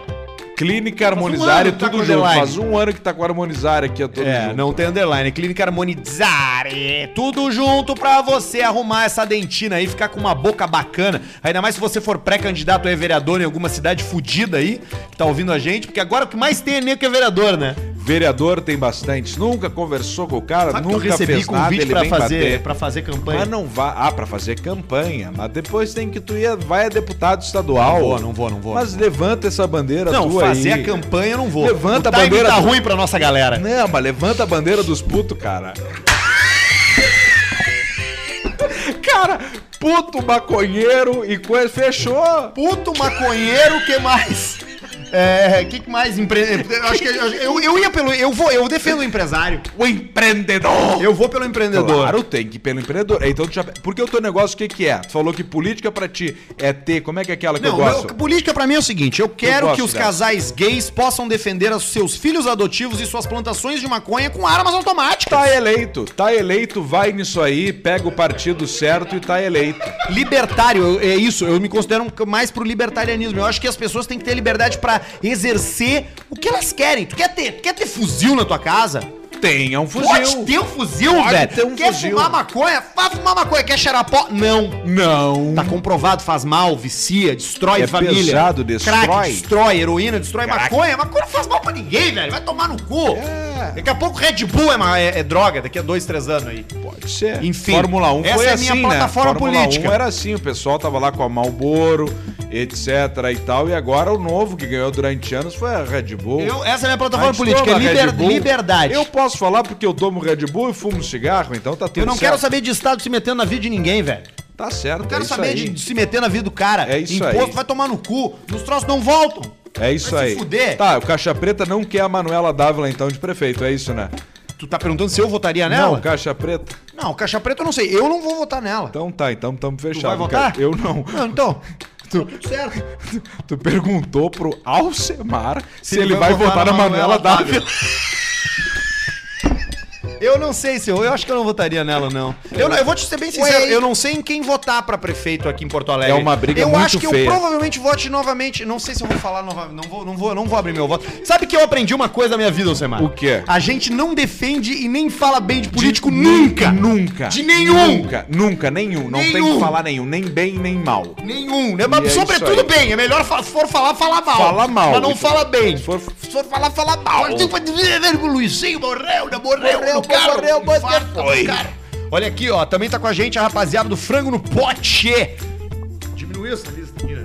[SPEAKER 2] Clínica Harmonizar
[SPEAKER 3] ano
[SPEAKER 2] e
[SPEAKER 3] que tá
[SPEAKER 2] tudo
[SPEAKER 3] com
[SPEAKER 2] junto.
[SPEAKER 3] underline.
[SPEAKER 2] Faz um ano que tá com Harmonizar aqui, eu tô
[SPEAKER 3] É, não tem underline, é Clínica Harmonizar, é tudo junto pra você arrumar essa dentina aí, ficar com uma boca bacana, ainda mais se você for pré-candidato a vereador em alguma cidade fudida aí, que tá ouvindo a gente, porque agora o que mais tem é nego que é vereador, né?
[SPEAKER 2] Vereador tem bastante. Nunca conversou com o cara,
[SPEAKER 3] Sabe que eu
[SPEAKER 2] nunca
[SPEAKER 3] recebi
[SPEAKER 2] fez nada,
[SPEAKER 3] convite
[SPEAKER 2] ele
[SPEAKER 3] pra
[SPEAKER 2] vem
[SPEAKER 3] fazer,
[SPEAKER 2] bater.
[SPEAKER 3] pra fazer campanha?
[SPEAKER 2] Mas não vá. Ah, pra fazer campanha. Mas depois tem que tu ir, vai a deputado estadual.
[SPEAKER 3] Não vou, não vou, não vou,
[SPEAKER 2] Mas
[SPEAKER 3] não
[SPEAKER 2] levanta essa bandeira
[SPEAKER 3] Não,
[SPEAKER 2] tua
[SPEAKER 3] fazer
[SPEAKER 2] aí.
[SPEAKER 3] a campanha eu não vou.
[SPEAKER 2] Levanta
[SPEAKER 3] o
[SPEAKER 2] a
[SPEAKER 3] timing
[SPEAKER 2] bandeira
[SPEAKER 3] tá
[SPEAKER 2] do-
[SPEAKER 3] ruim pra nossa galera.
[SPEAKER 2] Não, mas levanta a bandeira dos putos, cara. cara, puto, maconheiro e coisa. Fechou.
[SPEAKER 3] Puto maconheiro, que mais? É, que que mais empre... eu acho que eu, eu ia pelo eu vou eu defendo o empresário.
[SPEAKER 2] O empreendedor.
[SPEAKER 3] Eu vou pelo empreendedor.
[SPEAKER 2] Claro, tem que ir pelo empreendedor. É, Então, tu já... Porque o teu negócio, o que, que é? Tu falou que política pra ti é ter. Como é que é aquela que eu
[SPEAKER 3] Não,
[SPEAKER 2] gosto?
[SPEAKER 3] meu- política pra mim é o seguinte, eu quero
[SPEAKER 2] gosto
[SPEAKER 3] que os
[SPEAKER 2] dela.
[SPEAKER 3] casais gays possam defender os seus filhos adotivos e suas plantações de maconha com armas automáticas.
[SPEAKER 2] Tá eleito, tá eleito, vai nisso aí, pega o partido certo e tá eleito.
[SPEAKER 3] Libertário, eu- é isso, eu me considero um- mais pro libertarianismo. Eu acho que as pessoas têm que ter liberdade pra exercer o que elas querem. Tu quer ter, tu quer ter fuzil na tua casa?
[SPEAKER 2] Tenha um fuzil.
[SPEAKER 3] Pode ter um fuzil,
[SPEAKER 2] Pode
[SPEAKER 3] velho.
[SPEAKER 2] ter um
[SPEAKER 3] quer
[SPEAKER 2] fuzil.
[SPEAKER 3] fumar maconha? Faz fumar maconha. Quer cheirar pó? Não.
[SPEAKER 2] Não.
[SPEAKER 3] Tá comprovado, faz mal, vicia, destrói
[SPEAKER 2] É
[SPEAKER 3] família.
[SPEAKER 2] pesado, destrói.
[SPEAKER 3] Crack, destrói heroína, destrói
[SPEAKER 2] Crack. É.
[SPEAKER 3] maconha. Maconha não faz mal pra ninguém, velho. Vai tomar no cu. Daqui a pouco Red Bull é, ma- é- é droga, daqui a dois, três anos aí.
[SPEAKER 2] Pode ser.
[SPEAKER 3] Enfim,
[SPEAKER 2] Fórmula 1
[SPEAKER 3] essa
[SPEAKER 2] foi
[SPEAKER 3] é a
[SPEAKER 2] assim,
[SPEAKER 3] minha plataforma
[SPEAKER 2] né? Fórmula
[SPEAKER 3] política.
[SPEAKER 2] 1 era assim, o pessoal tava lá com a Malboro, etc e tal, e agora o novo que ganhou durante anos foi a Red Bull.
[SPEAKER 3] Eu- essa é a minha
[SPEAKER 2] A
[SPEAKER 3] plataforma
[SPEAKER 2] gente
[SPEAKER 3] política, é
[SPEAKER 2] toma
[SPEAKER 3] liber-
[SPEAKER 2] Red Bull.
[SPEAKER 3] liberdade.
[SPEAKER 2] Eu posso falar porque eu tomo Red Bull e fumo cigarro, então tá tudo
[SPEAKER 3] Eu não
[SPEAKER 2] certo.
[SPEAKER 3] quero saber de Estado se metendo na vida de ninguém, velho.
[SPEAKER 2] Tá certo,
[SPEAKER 3] Não quero
[SPEAKER 2] é isso
[SPEAKER 3] saber
[SPEAKER 2] aí.
[SPEAKER 3] de, de se meter na vida do cara.
[SPEAKER 2] É isso aí.
[SPEAKER 3] vai tomar no cu. Os troços não voltam.
[SPEAKER 2] É isso
[SPEAKER 3] Vai se
[SPEAKER 2] aí.
[SPEAKER 3] fuder.
[SPEAKER 2] Tá, o Caixa Preta não quer a Manuela Dávila, então, de prefeito, é isso, né?
[SPEAKER 3] Tu tá perguntando se eu votaria
[SPEAKER 2] Não,
[SPEAKER 3] nela?
[SPEAKER 2] Caixa Preta.
[SPEAKER 3] Não, caixa preta eu não sei. Eu não vou votar nela.
[SPEAKER 2] Então tá, então estamos fechados.
[SPEAKER 3] vai votar?
[SPEAKER 2] Cara, Eu não.
[SPEAKER 3] Não, então.
[SPEAKER 2] Tu, tu perguntou pro Alcemar se, ele vai, votar na Manuela
[SPEAKER 3] Manuela
[SPEAKER 2] Dávila.
[SPEAKER 3] Eu não sei se eu, eu acho que eu não votaria nela, não. Eu, não- eu vou te ser bem sincero, eu não sei em quem votar pra prefeito aqui em Porto Alegre.
[SPEAKER 2] É uma briga
[SPEAKER 3] Eu
[SPEAKER 2] muito
[SPEAKER 3] acho que
[SPEAKER 2] feia.
[SPEAKER 3] eu provavelmente vote novamente. Não sei se eu vou falar novamente. Não vou, não vou, não vou abrir meu voto. Sabe que eu aprendi uma coisa na minha vida, Alcemar?
[SPEAKER 2] O quê?
[SPEAKER 3] A gente não defende e nem fala bem de político nunca.
[SPEAKER 2] Nunca.
[SPEAKER 3] De nenhum.
[SPEAKER 2] Nunca, nunca, nenhum. Não tem
[SPEAKER 3] Nenhum.
[SPEAKER 2] que falar nenhum, nem bem, nem mal.
[SPEAKER 3] Nenhum,
[SPEAKER 2] E
[SPEAKER 3] né?
[SPEAKER 2] é
[SPEAKER 3] Mas
[SPEAKER 2] isso
[SPEAKER 3] sobretudo
[SPEAKER 2] aí.
[SPEAKER 3] bem. É melhor fa- se for falar, falar mal.
[SPEAKER 2] Fala mal.
[SPEAKER 3] Mas não
[SPEAKER 2] Então,
[SPEAKER 3] fala bem.
[SPEAKER 2] se for-
[SPEAKER 3] Se for falar, falar mal.
[SPEAKER 5] Mas tem que ver que o Luizinho morreu, né? Morreu,
[SPEAKER 3] Morreu,
[SPEAKER 5] no carro.
[SPEAKER 3] morreu, morreu,
[SPEAKER 5] Infarto,
[SPEAKER 3] foi.
[SPEAKER 5] cara.
[SPEAKER 3] Olha aqui, ó. Também tá com a gente a rapaziada do Frango no Pote.
[SPEAKER 5] Diminuiu essa lista aqui, né?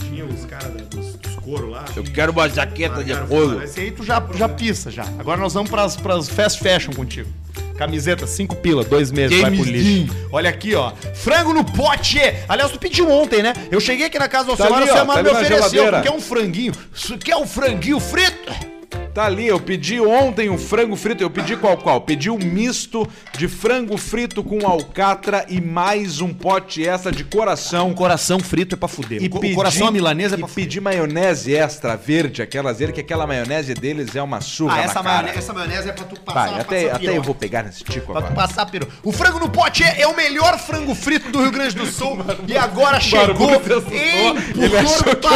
[SPEAKER 5] Tinha os caras da- dos
[SPEAKER 3] couro lá.
[SPEAKER 6] Eu quero uma jaqueta de
[SPEAKER 3] Largaram
[SPEAKER 6] couro.
[SPEAKER 3] fora.
[SPEAKER 4] Esse aí tu já, já pissa já. Agora nós vamos pras, pras fast fashion contigo. Camiseta, cinco pila, dois meses, vai pro
[SPEAKER 6] James
[SPEAKER 4] lixo. Olha aqui, ó. Frango no pote! Aliás, tu pediu ontem, né? Eu cheguei aqui na casa do Alcemar,
[SPEAKER 2] ali,
[SPEAKER 4] o
[SPEAKER 2] ó,
[SPEAKER 4] Alcemar
[SPEAKER 2] tá
[SPEAKER 4] me
[SPEAKER 2] ali na
[SPEAKER 4] ofereceu.
[SPEAKER 2] geladeira.
[SPEAKER 4] Quer um franguinho? Isso Quer um franguinho frito?
[SPEAKER 2] Tá ali, eu pedi ontem um frango frito, eu pedi qual qual? Pedi um misto de frango frito com alcatra e mais um pote essa de coração.
[SPEAKER 4] coração frito é pra fuder.
[SPEAKER 2] E
[SPEAKER 4] o,
[SPEAKER 2] pedi-
[SPEAKER 4] coração milanesa é
[SPEAKER 2] e
[SPEAKER 4] pra fuder.
[SPEAKER 2] pedi maionese extra verde, aquelas dele, que aquela maionese deles é uma surra
[SPEAKER 3] Ah,
[SPEAKER 2] na
[SPEAKER 3] essa
[SPEAKER 2] cara.
[SPEAKER 3] maionese, essa maionese é pra tu passar
[SPEAKER 2] Vai,
[SPEAKER 3] passar
[SPEAKER 2] até, até
[SPEAKER 3] piroca.
[SPEAKER 2] eu vou pegar nesse tico
[SPEAKER 3] Pra tu
[SPEAKER 2] agora.
[SPEAKER 3] passar peru. O frango no pote é, é o melhor frango frito do Rio Grande do Sul. e agora chegou em Porto
[SPEAKER 2] Ele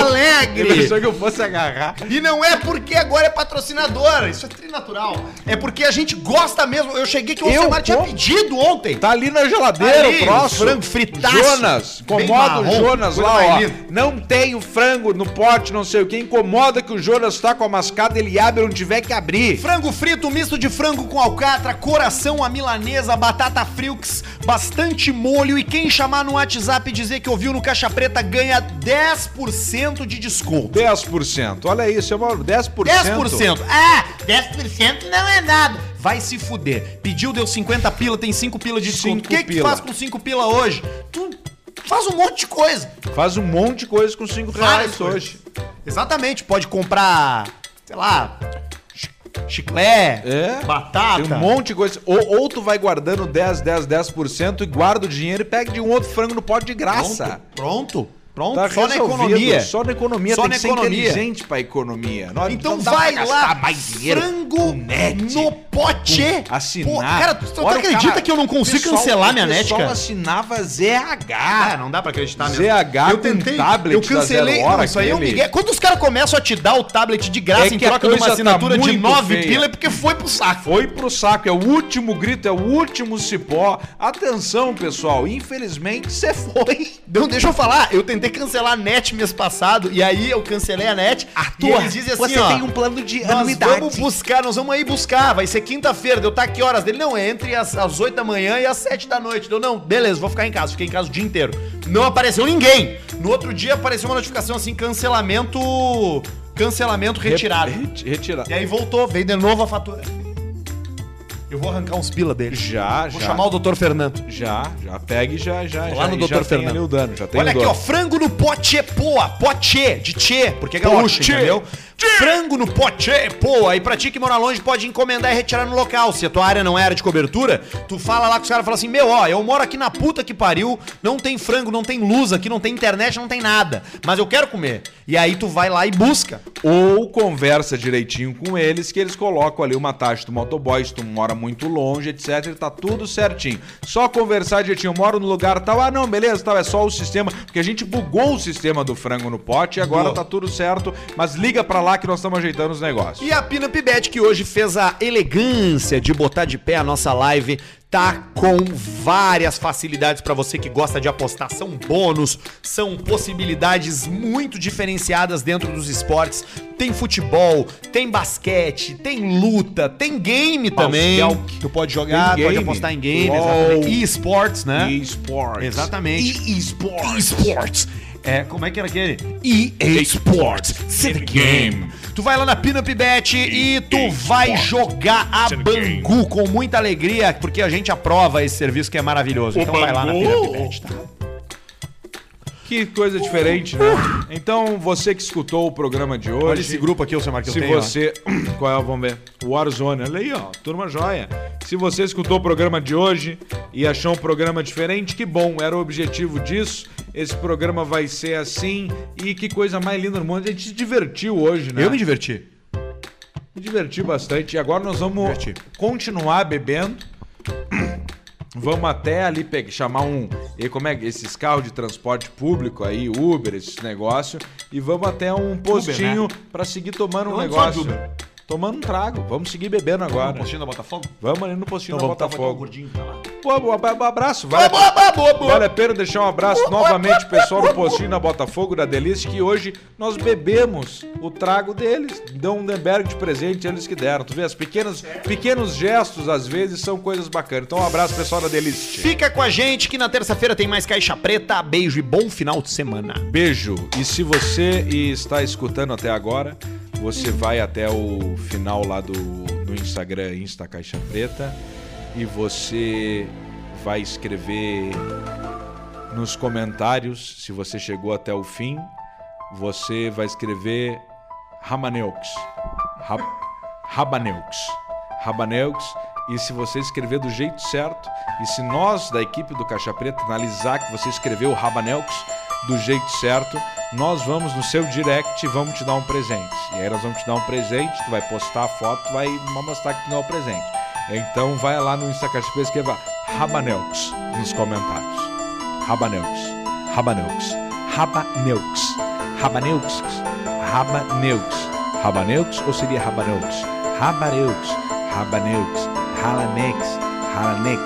[SPEAKER 3] Alegre.
[SPEAKER 2] achou que eu fosse agarrar.
[SPEAKER 3] E não é porque agora é patrocinador. Isso é trinatural. É porque a gente gosta mesmo. Eu cheguei que o
[SPEAKER 2] Eu
[SPEAKER 3] Alcemar tinha
[SPEAKER 2] como.
[SPEAKER 3] pedido ontem.
[SPEAKER 2] Tá ali na geladeira
[SPEAKER 3] Ali,
[SPEAKER 2] o próximo.
[SPEAKER 3] frango fritaço.
[SPEAKER 2] Jonas, incomoda o
[SPEAKER 3] Bem marrom,
[SPEAKER 2] Jonas
[SPEAKER 3] coisa
[SPEAKER 2] lá,
[SPEAKER 3] mais
[SPEAKER 2] ó.
[SPEAKER 3] linda.
[SPEAKER 2] Não tem o frango no pote, não sei o que. Incomoda que o Jonas tá com a mascada, ele abre onde tiver que abrir.
[SPEAKER 3] Frango frito, misto de frango com alcatra, coração à milanesa, batata frilks, bastante molho e quem chamar no WhatsApp e dizer que ouviu no Caixa Preta ganha 10% de desconto.
[SPEAKER 2] 10%. Olha isso, é uma 10%.
[SPEAKER 3] 10%. Ah, 10% não é nada. Vai se fuder. Pediu, deu 50 pila, tem 5 pila de desconto. O
[SPEAKER 2] Cinco
[SPEAKER 3] que, que tu
[SPEAKER 2] pila.
[SPEAKER 3] faz com 5 pila hoje? Tu faz um monte de coisa.
[SPEAKER 2] Faz um monte de coisa com 5
[SPEAKER 3] Várias
[SPEAKER 2] reais
[SPEAKER 3] coisas.
[SPEAKER 2] hoje.
[SPEAKER 3] Exatamente, pode comprar, sei lá, chi- chiclete,
[SPEAKER 2] É.
[SPEAKER 3] batata.
[SPEAKER 2] Tem um monte de coisa. Ou, ou tu vai guardando 10, 10, 10% e guarda o dinheiro e pega de um outro frango no pote de graça.
[SPEAKER 3] Pronto, pronto.
[SPEAKER 2] Tá
[SPEAKER 3] só na
[SPEAKER 2] resolvido,
[SPEAKER 3] economia.
[SPEAKER 2] Só na economia.
[SPEAKER 3] Só
[SPEAKER 2] tem
[SPEAKER 3] na
[SPEAKER 2] que ser
[SPEAKER 3] economia.
[SPEAKER 2] inteligente pra economia. Não-
[SPEAKER 3] Então
[SPEAKER 2] não dá
[SPEAKER 3] vai
[SPEAKER 2] pra
[SPEAKER 3] lá,
[SPEAKER 2] gastar mais dinheiro.
[SPEAKER 3] frango no pote.
[SPEAKER 2] com assinar.
[SPEAKER 3] Pô, cara, tu, tu
[SPEAKER 2] Olha, o
[SPEAKER 3] acredita
[SPEAKER 2] cara-
[SPEAKER 3] que eu não consigo
[SPEAKER 2] pessoal-
[SPEAKER 3] cancelar minha
[SPEAKER 2] o
[SPEAKER 3] net,
[SPEAKER 2] pessoal
[SPEAKER 3] cara?
[SPEAKER 2] assinava ZH.
[SPEAKER 3] não dá pra acreditar
[SPEAKER 2] ZH
[SPEAKER 3] eu tentei,
[SPEAKER 2] com tablet
[SPEAKER 3] eu
[SPEAKER 2] da
[SPEAKER 3] cancelei.
[SPEAKER 2] Zero Hora,
[SPEAKER 3] não, isso aí é um
[SPEAKER 2] aquele.
[SPEAKER 3] migué. Quando os caras começam a te dar o tablet de graça
[SPEAKER 2] É
[SPEAKER 3] em
[SPEAKER 2] que a
[SPEAKER 3] troca de uma
[SPEAKER 2] coisa tá
[SPEAKER 3] assinatura de
[SPEAKER 2] muito
[SPEAKER 3] 9
[SPEAKER 2] feia.
[SPEAKER 3] pila é porque foi pro saco.
[SPEAKER 2] Foi pro saco, é o último grito, é o último cipó. Atenção, pessoal, infelizmente você foi.
[SPEAKER 3] Não, deixa eu falar, eu tentei cancelar a net mês passado e aí eu cancelei a net. e eles dizem assim, ó,
[SPEAKER 2] plano de
[SPEAKER 3] Nós vamos buscar, nós vamos aí buscar. Vai ser quinta-feira, deu tá que horas dele? Não, é entre as, as 8 da manhã e as 7 da noite. Deu, não, beleza, vou ficar em casa. Fiquei em casa o dia inteiro. Não apareceu ninguém. No outro dia apareceu uma notificação assim: cancelamento. Cancelamento retirado.
[SPEAKER 2] Retirado.
[SPEAKER 3] E aí voltou, veio de novo a fatura. Eu vou arrancar uns pila dele.
[SPEAKER 2] Já,
[SPEAKER 3] Vou
[SPEAKER 2] já.
[SPEAKER 3] chamar o doutor Fernando.
[SPEAKER 2] Já, já pega e já, já.
[SPEAKER 3] Lá
[SPEAKER 2] já,
[SPEAKER 3] no
[SPEAKER 2] e
[SPEAKER 3] Dr.
[SPEAKER 2] já
[SPEAKER 3] Fernando.
[SPEAKER 2] Tem ali o dano, já tem
[SPEAKER 3] Olha
[SPEAKER 2] o
[SPEAKER 3] aqui,
[SPEAKER 2] dano.
[SPEAKER 3] ó. Frango no pote é poa. Pote, de tchê, porque é gaúcho,
[SPEAKER 2] Pote.
[SPEAKER 3] entendeu? Frango no pote é poa. E pra ti que mora longe, pode encomendar e retirar no local. Se a tua área não era de cobertura, tu fala lá com os caras e fala assim, meu, ó, eu moro aqui na puta que pariu, não tem frango, não tem luz aqui, não tem internet, não tem nada. Mas eu quero comer. E aí tu vai lá e busca.
[SPEAKER 2] Ou conversa direitinho com eles, que eles colocam ali uma taxa do motoboy, se tu mora muito longe, etc. e Tá tudo certinho. Só conversar direitinho, eu moro no lugar tal, ah não, beleza, tal, é só o sistema, porque a gente bugou o sistema do frango no pote e agora
[SPEAKER 3] Boa.
[SPEAKER 2] tá tudo certo, mas liga pra lá que nós estamos ajeitando os negócios.
[SPEAKER 3] E a Pina Pibet, que hoje fez a elegância de botar de pé a nossa live, tá com várias facilidades pra você que gosta de apostar. São bônus, são possibilidades muito diferenciadas dentro dos esportes. Tem futebol, tem basquete, tem luta, tem game também.
[SPEAKER 2] Basquete.
[SPEAKER 3] é Tu pode jogar,
[SPEAKER 2] Tem
[SPEAKER 3] pode
[SPEAKER 2] game.
[SPEAKER 3] apostar em game,
[SPEAKER 2] LOL.
[SPEAKER 3] exatamente. E esportes, né?
[SPEAKER 2] esportes.
[SPEAKER 3] Exatamente.
[SPEAKER 2] E esportes.
[SPEAKER 3] Sports. É, como é que era aquele? EA Sports. City Game. Tu vai lá na Pinup Bet e tu vai jogar a Bangu com muita alegria, porque a gente aprova esse serviço que é maravilhoso. Então vai lá na Pinup Bet, tá?
[SPEAKER 2] Que coisa diferente, né? Então, você que escutou o programa de hoje.
[SPEAKER 3] Olha esse grupo aqui, o seu Marquinhos.
[SPEAKER 2] Se você. Qual é? o- Vamos ver. Warzone. Olha aí, ó. Turma joia. Se você escutou o programa de hoje e achou um programa diferente, que bom. Era o objetivo disso. Esse programa vai ser assim. E que coisa mais linda no mundo. A gente se divertiu hoje, né?
[SPEAKER 3] Eu me diverti.
[SPEAKER 2] Me diverti bastante. E agora nós vamos
[SPEAKER 3] Diverti.
[SPEAKER 2] continuar bebendo. Vamos até ali pegar, chamar um. E como é que esses carros de transporte público aí, Uber, esses negócio. E vamos até um postinho pra seguir tomando um
[SPEAKER 3] né? Não,
[SPEAKER 2] negócio.
[SPEAKER 3] só de Uber.
[SPEAKER 2] Tomando um trago. Vamos seguir bebendo agora.
[SPEAKER 3] da Botafogo?
[SPEAKER 2] Vamos ali no postinho
[SPEAKER 3] Então
[SPEAKER 2] da
[SPEAKER 3] vamos botar fogo.
[SPEAKER 2] Botafogo.
[SPEAKER 3] gordinho, tá lá.
[SPEAKER 2] Pô, bo- bo- abraço, vale, vale a pena deixar um abraço novamente, pessoal, no postinho na Botafogo, da Delícia, que hoje nós bebemos o trago deles. Dão um Denberg de presente, eles que deram. Tu vê, as pequenas, pequenos gestos, às vezes, são coisas bacanas. Então, um abraço, pessoal, da Delícia.
[SPEAKER 3] Fica com a gente que na terça-feira tem mais Caixa Preta. Beijo e bom final de semana.
[SPEAKER 2] Beijo. E se você está escutando até agora, você vai até o final lá do, do Instagram, Insta Caixa Preta, e você vai escrever nos comentários, se você chegou até o fim, você vai escrever Rabaneux. Rab Rabaneux. Rabaneux. E se você escrever do jeito certo, e se nós da equipe do Caixa Preta analisar que você escreveu Rabaneux do jeito certo, nós vamos no seu direct e vamos te dar um presente. E aí nós vamos te dar um presente, tu vai postar a foto, tu vai mostrar que tu dá o presente. Então vai lá no Insta Caixa Preta e escreva Rabaneux nos comentários. Rabaneux. Rabaneux. Rabaneux. Rabaneux. Rabaneux. Rabaneux ou seria Rabaneux? Rabaneux. Rabaneux. Ralanex. Ralanex.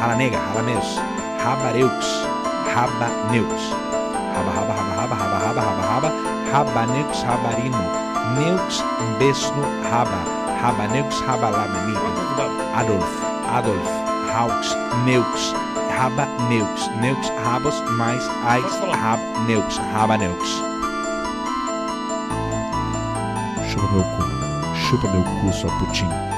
[SPEAKER 2] Ralanega. Ralaneus. Rabareux. Rabaneux. Raba, raba, raba, raba, raba, raba, raba, raba. Rabaneux rabarino. Neux besno raba. Rabaneux rabalamanito. Adolf. Adolf. Haux. Neux. Raba Neux. Neux Rabos mais Ais Rab Neux. Raba Neux. Chupa meu cu. Chupa meu cu, sua putinha.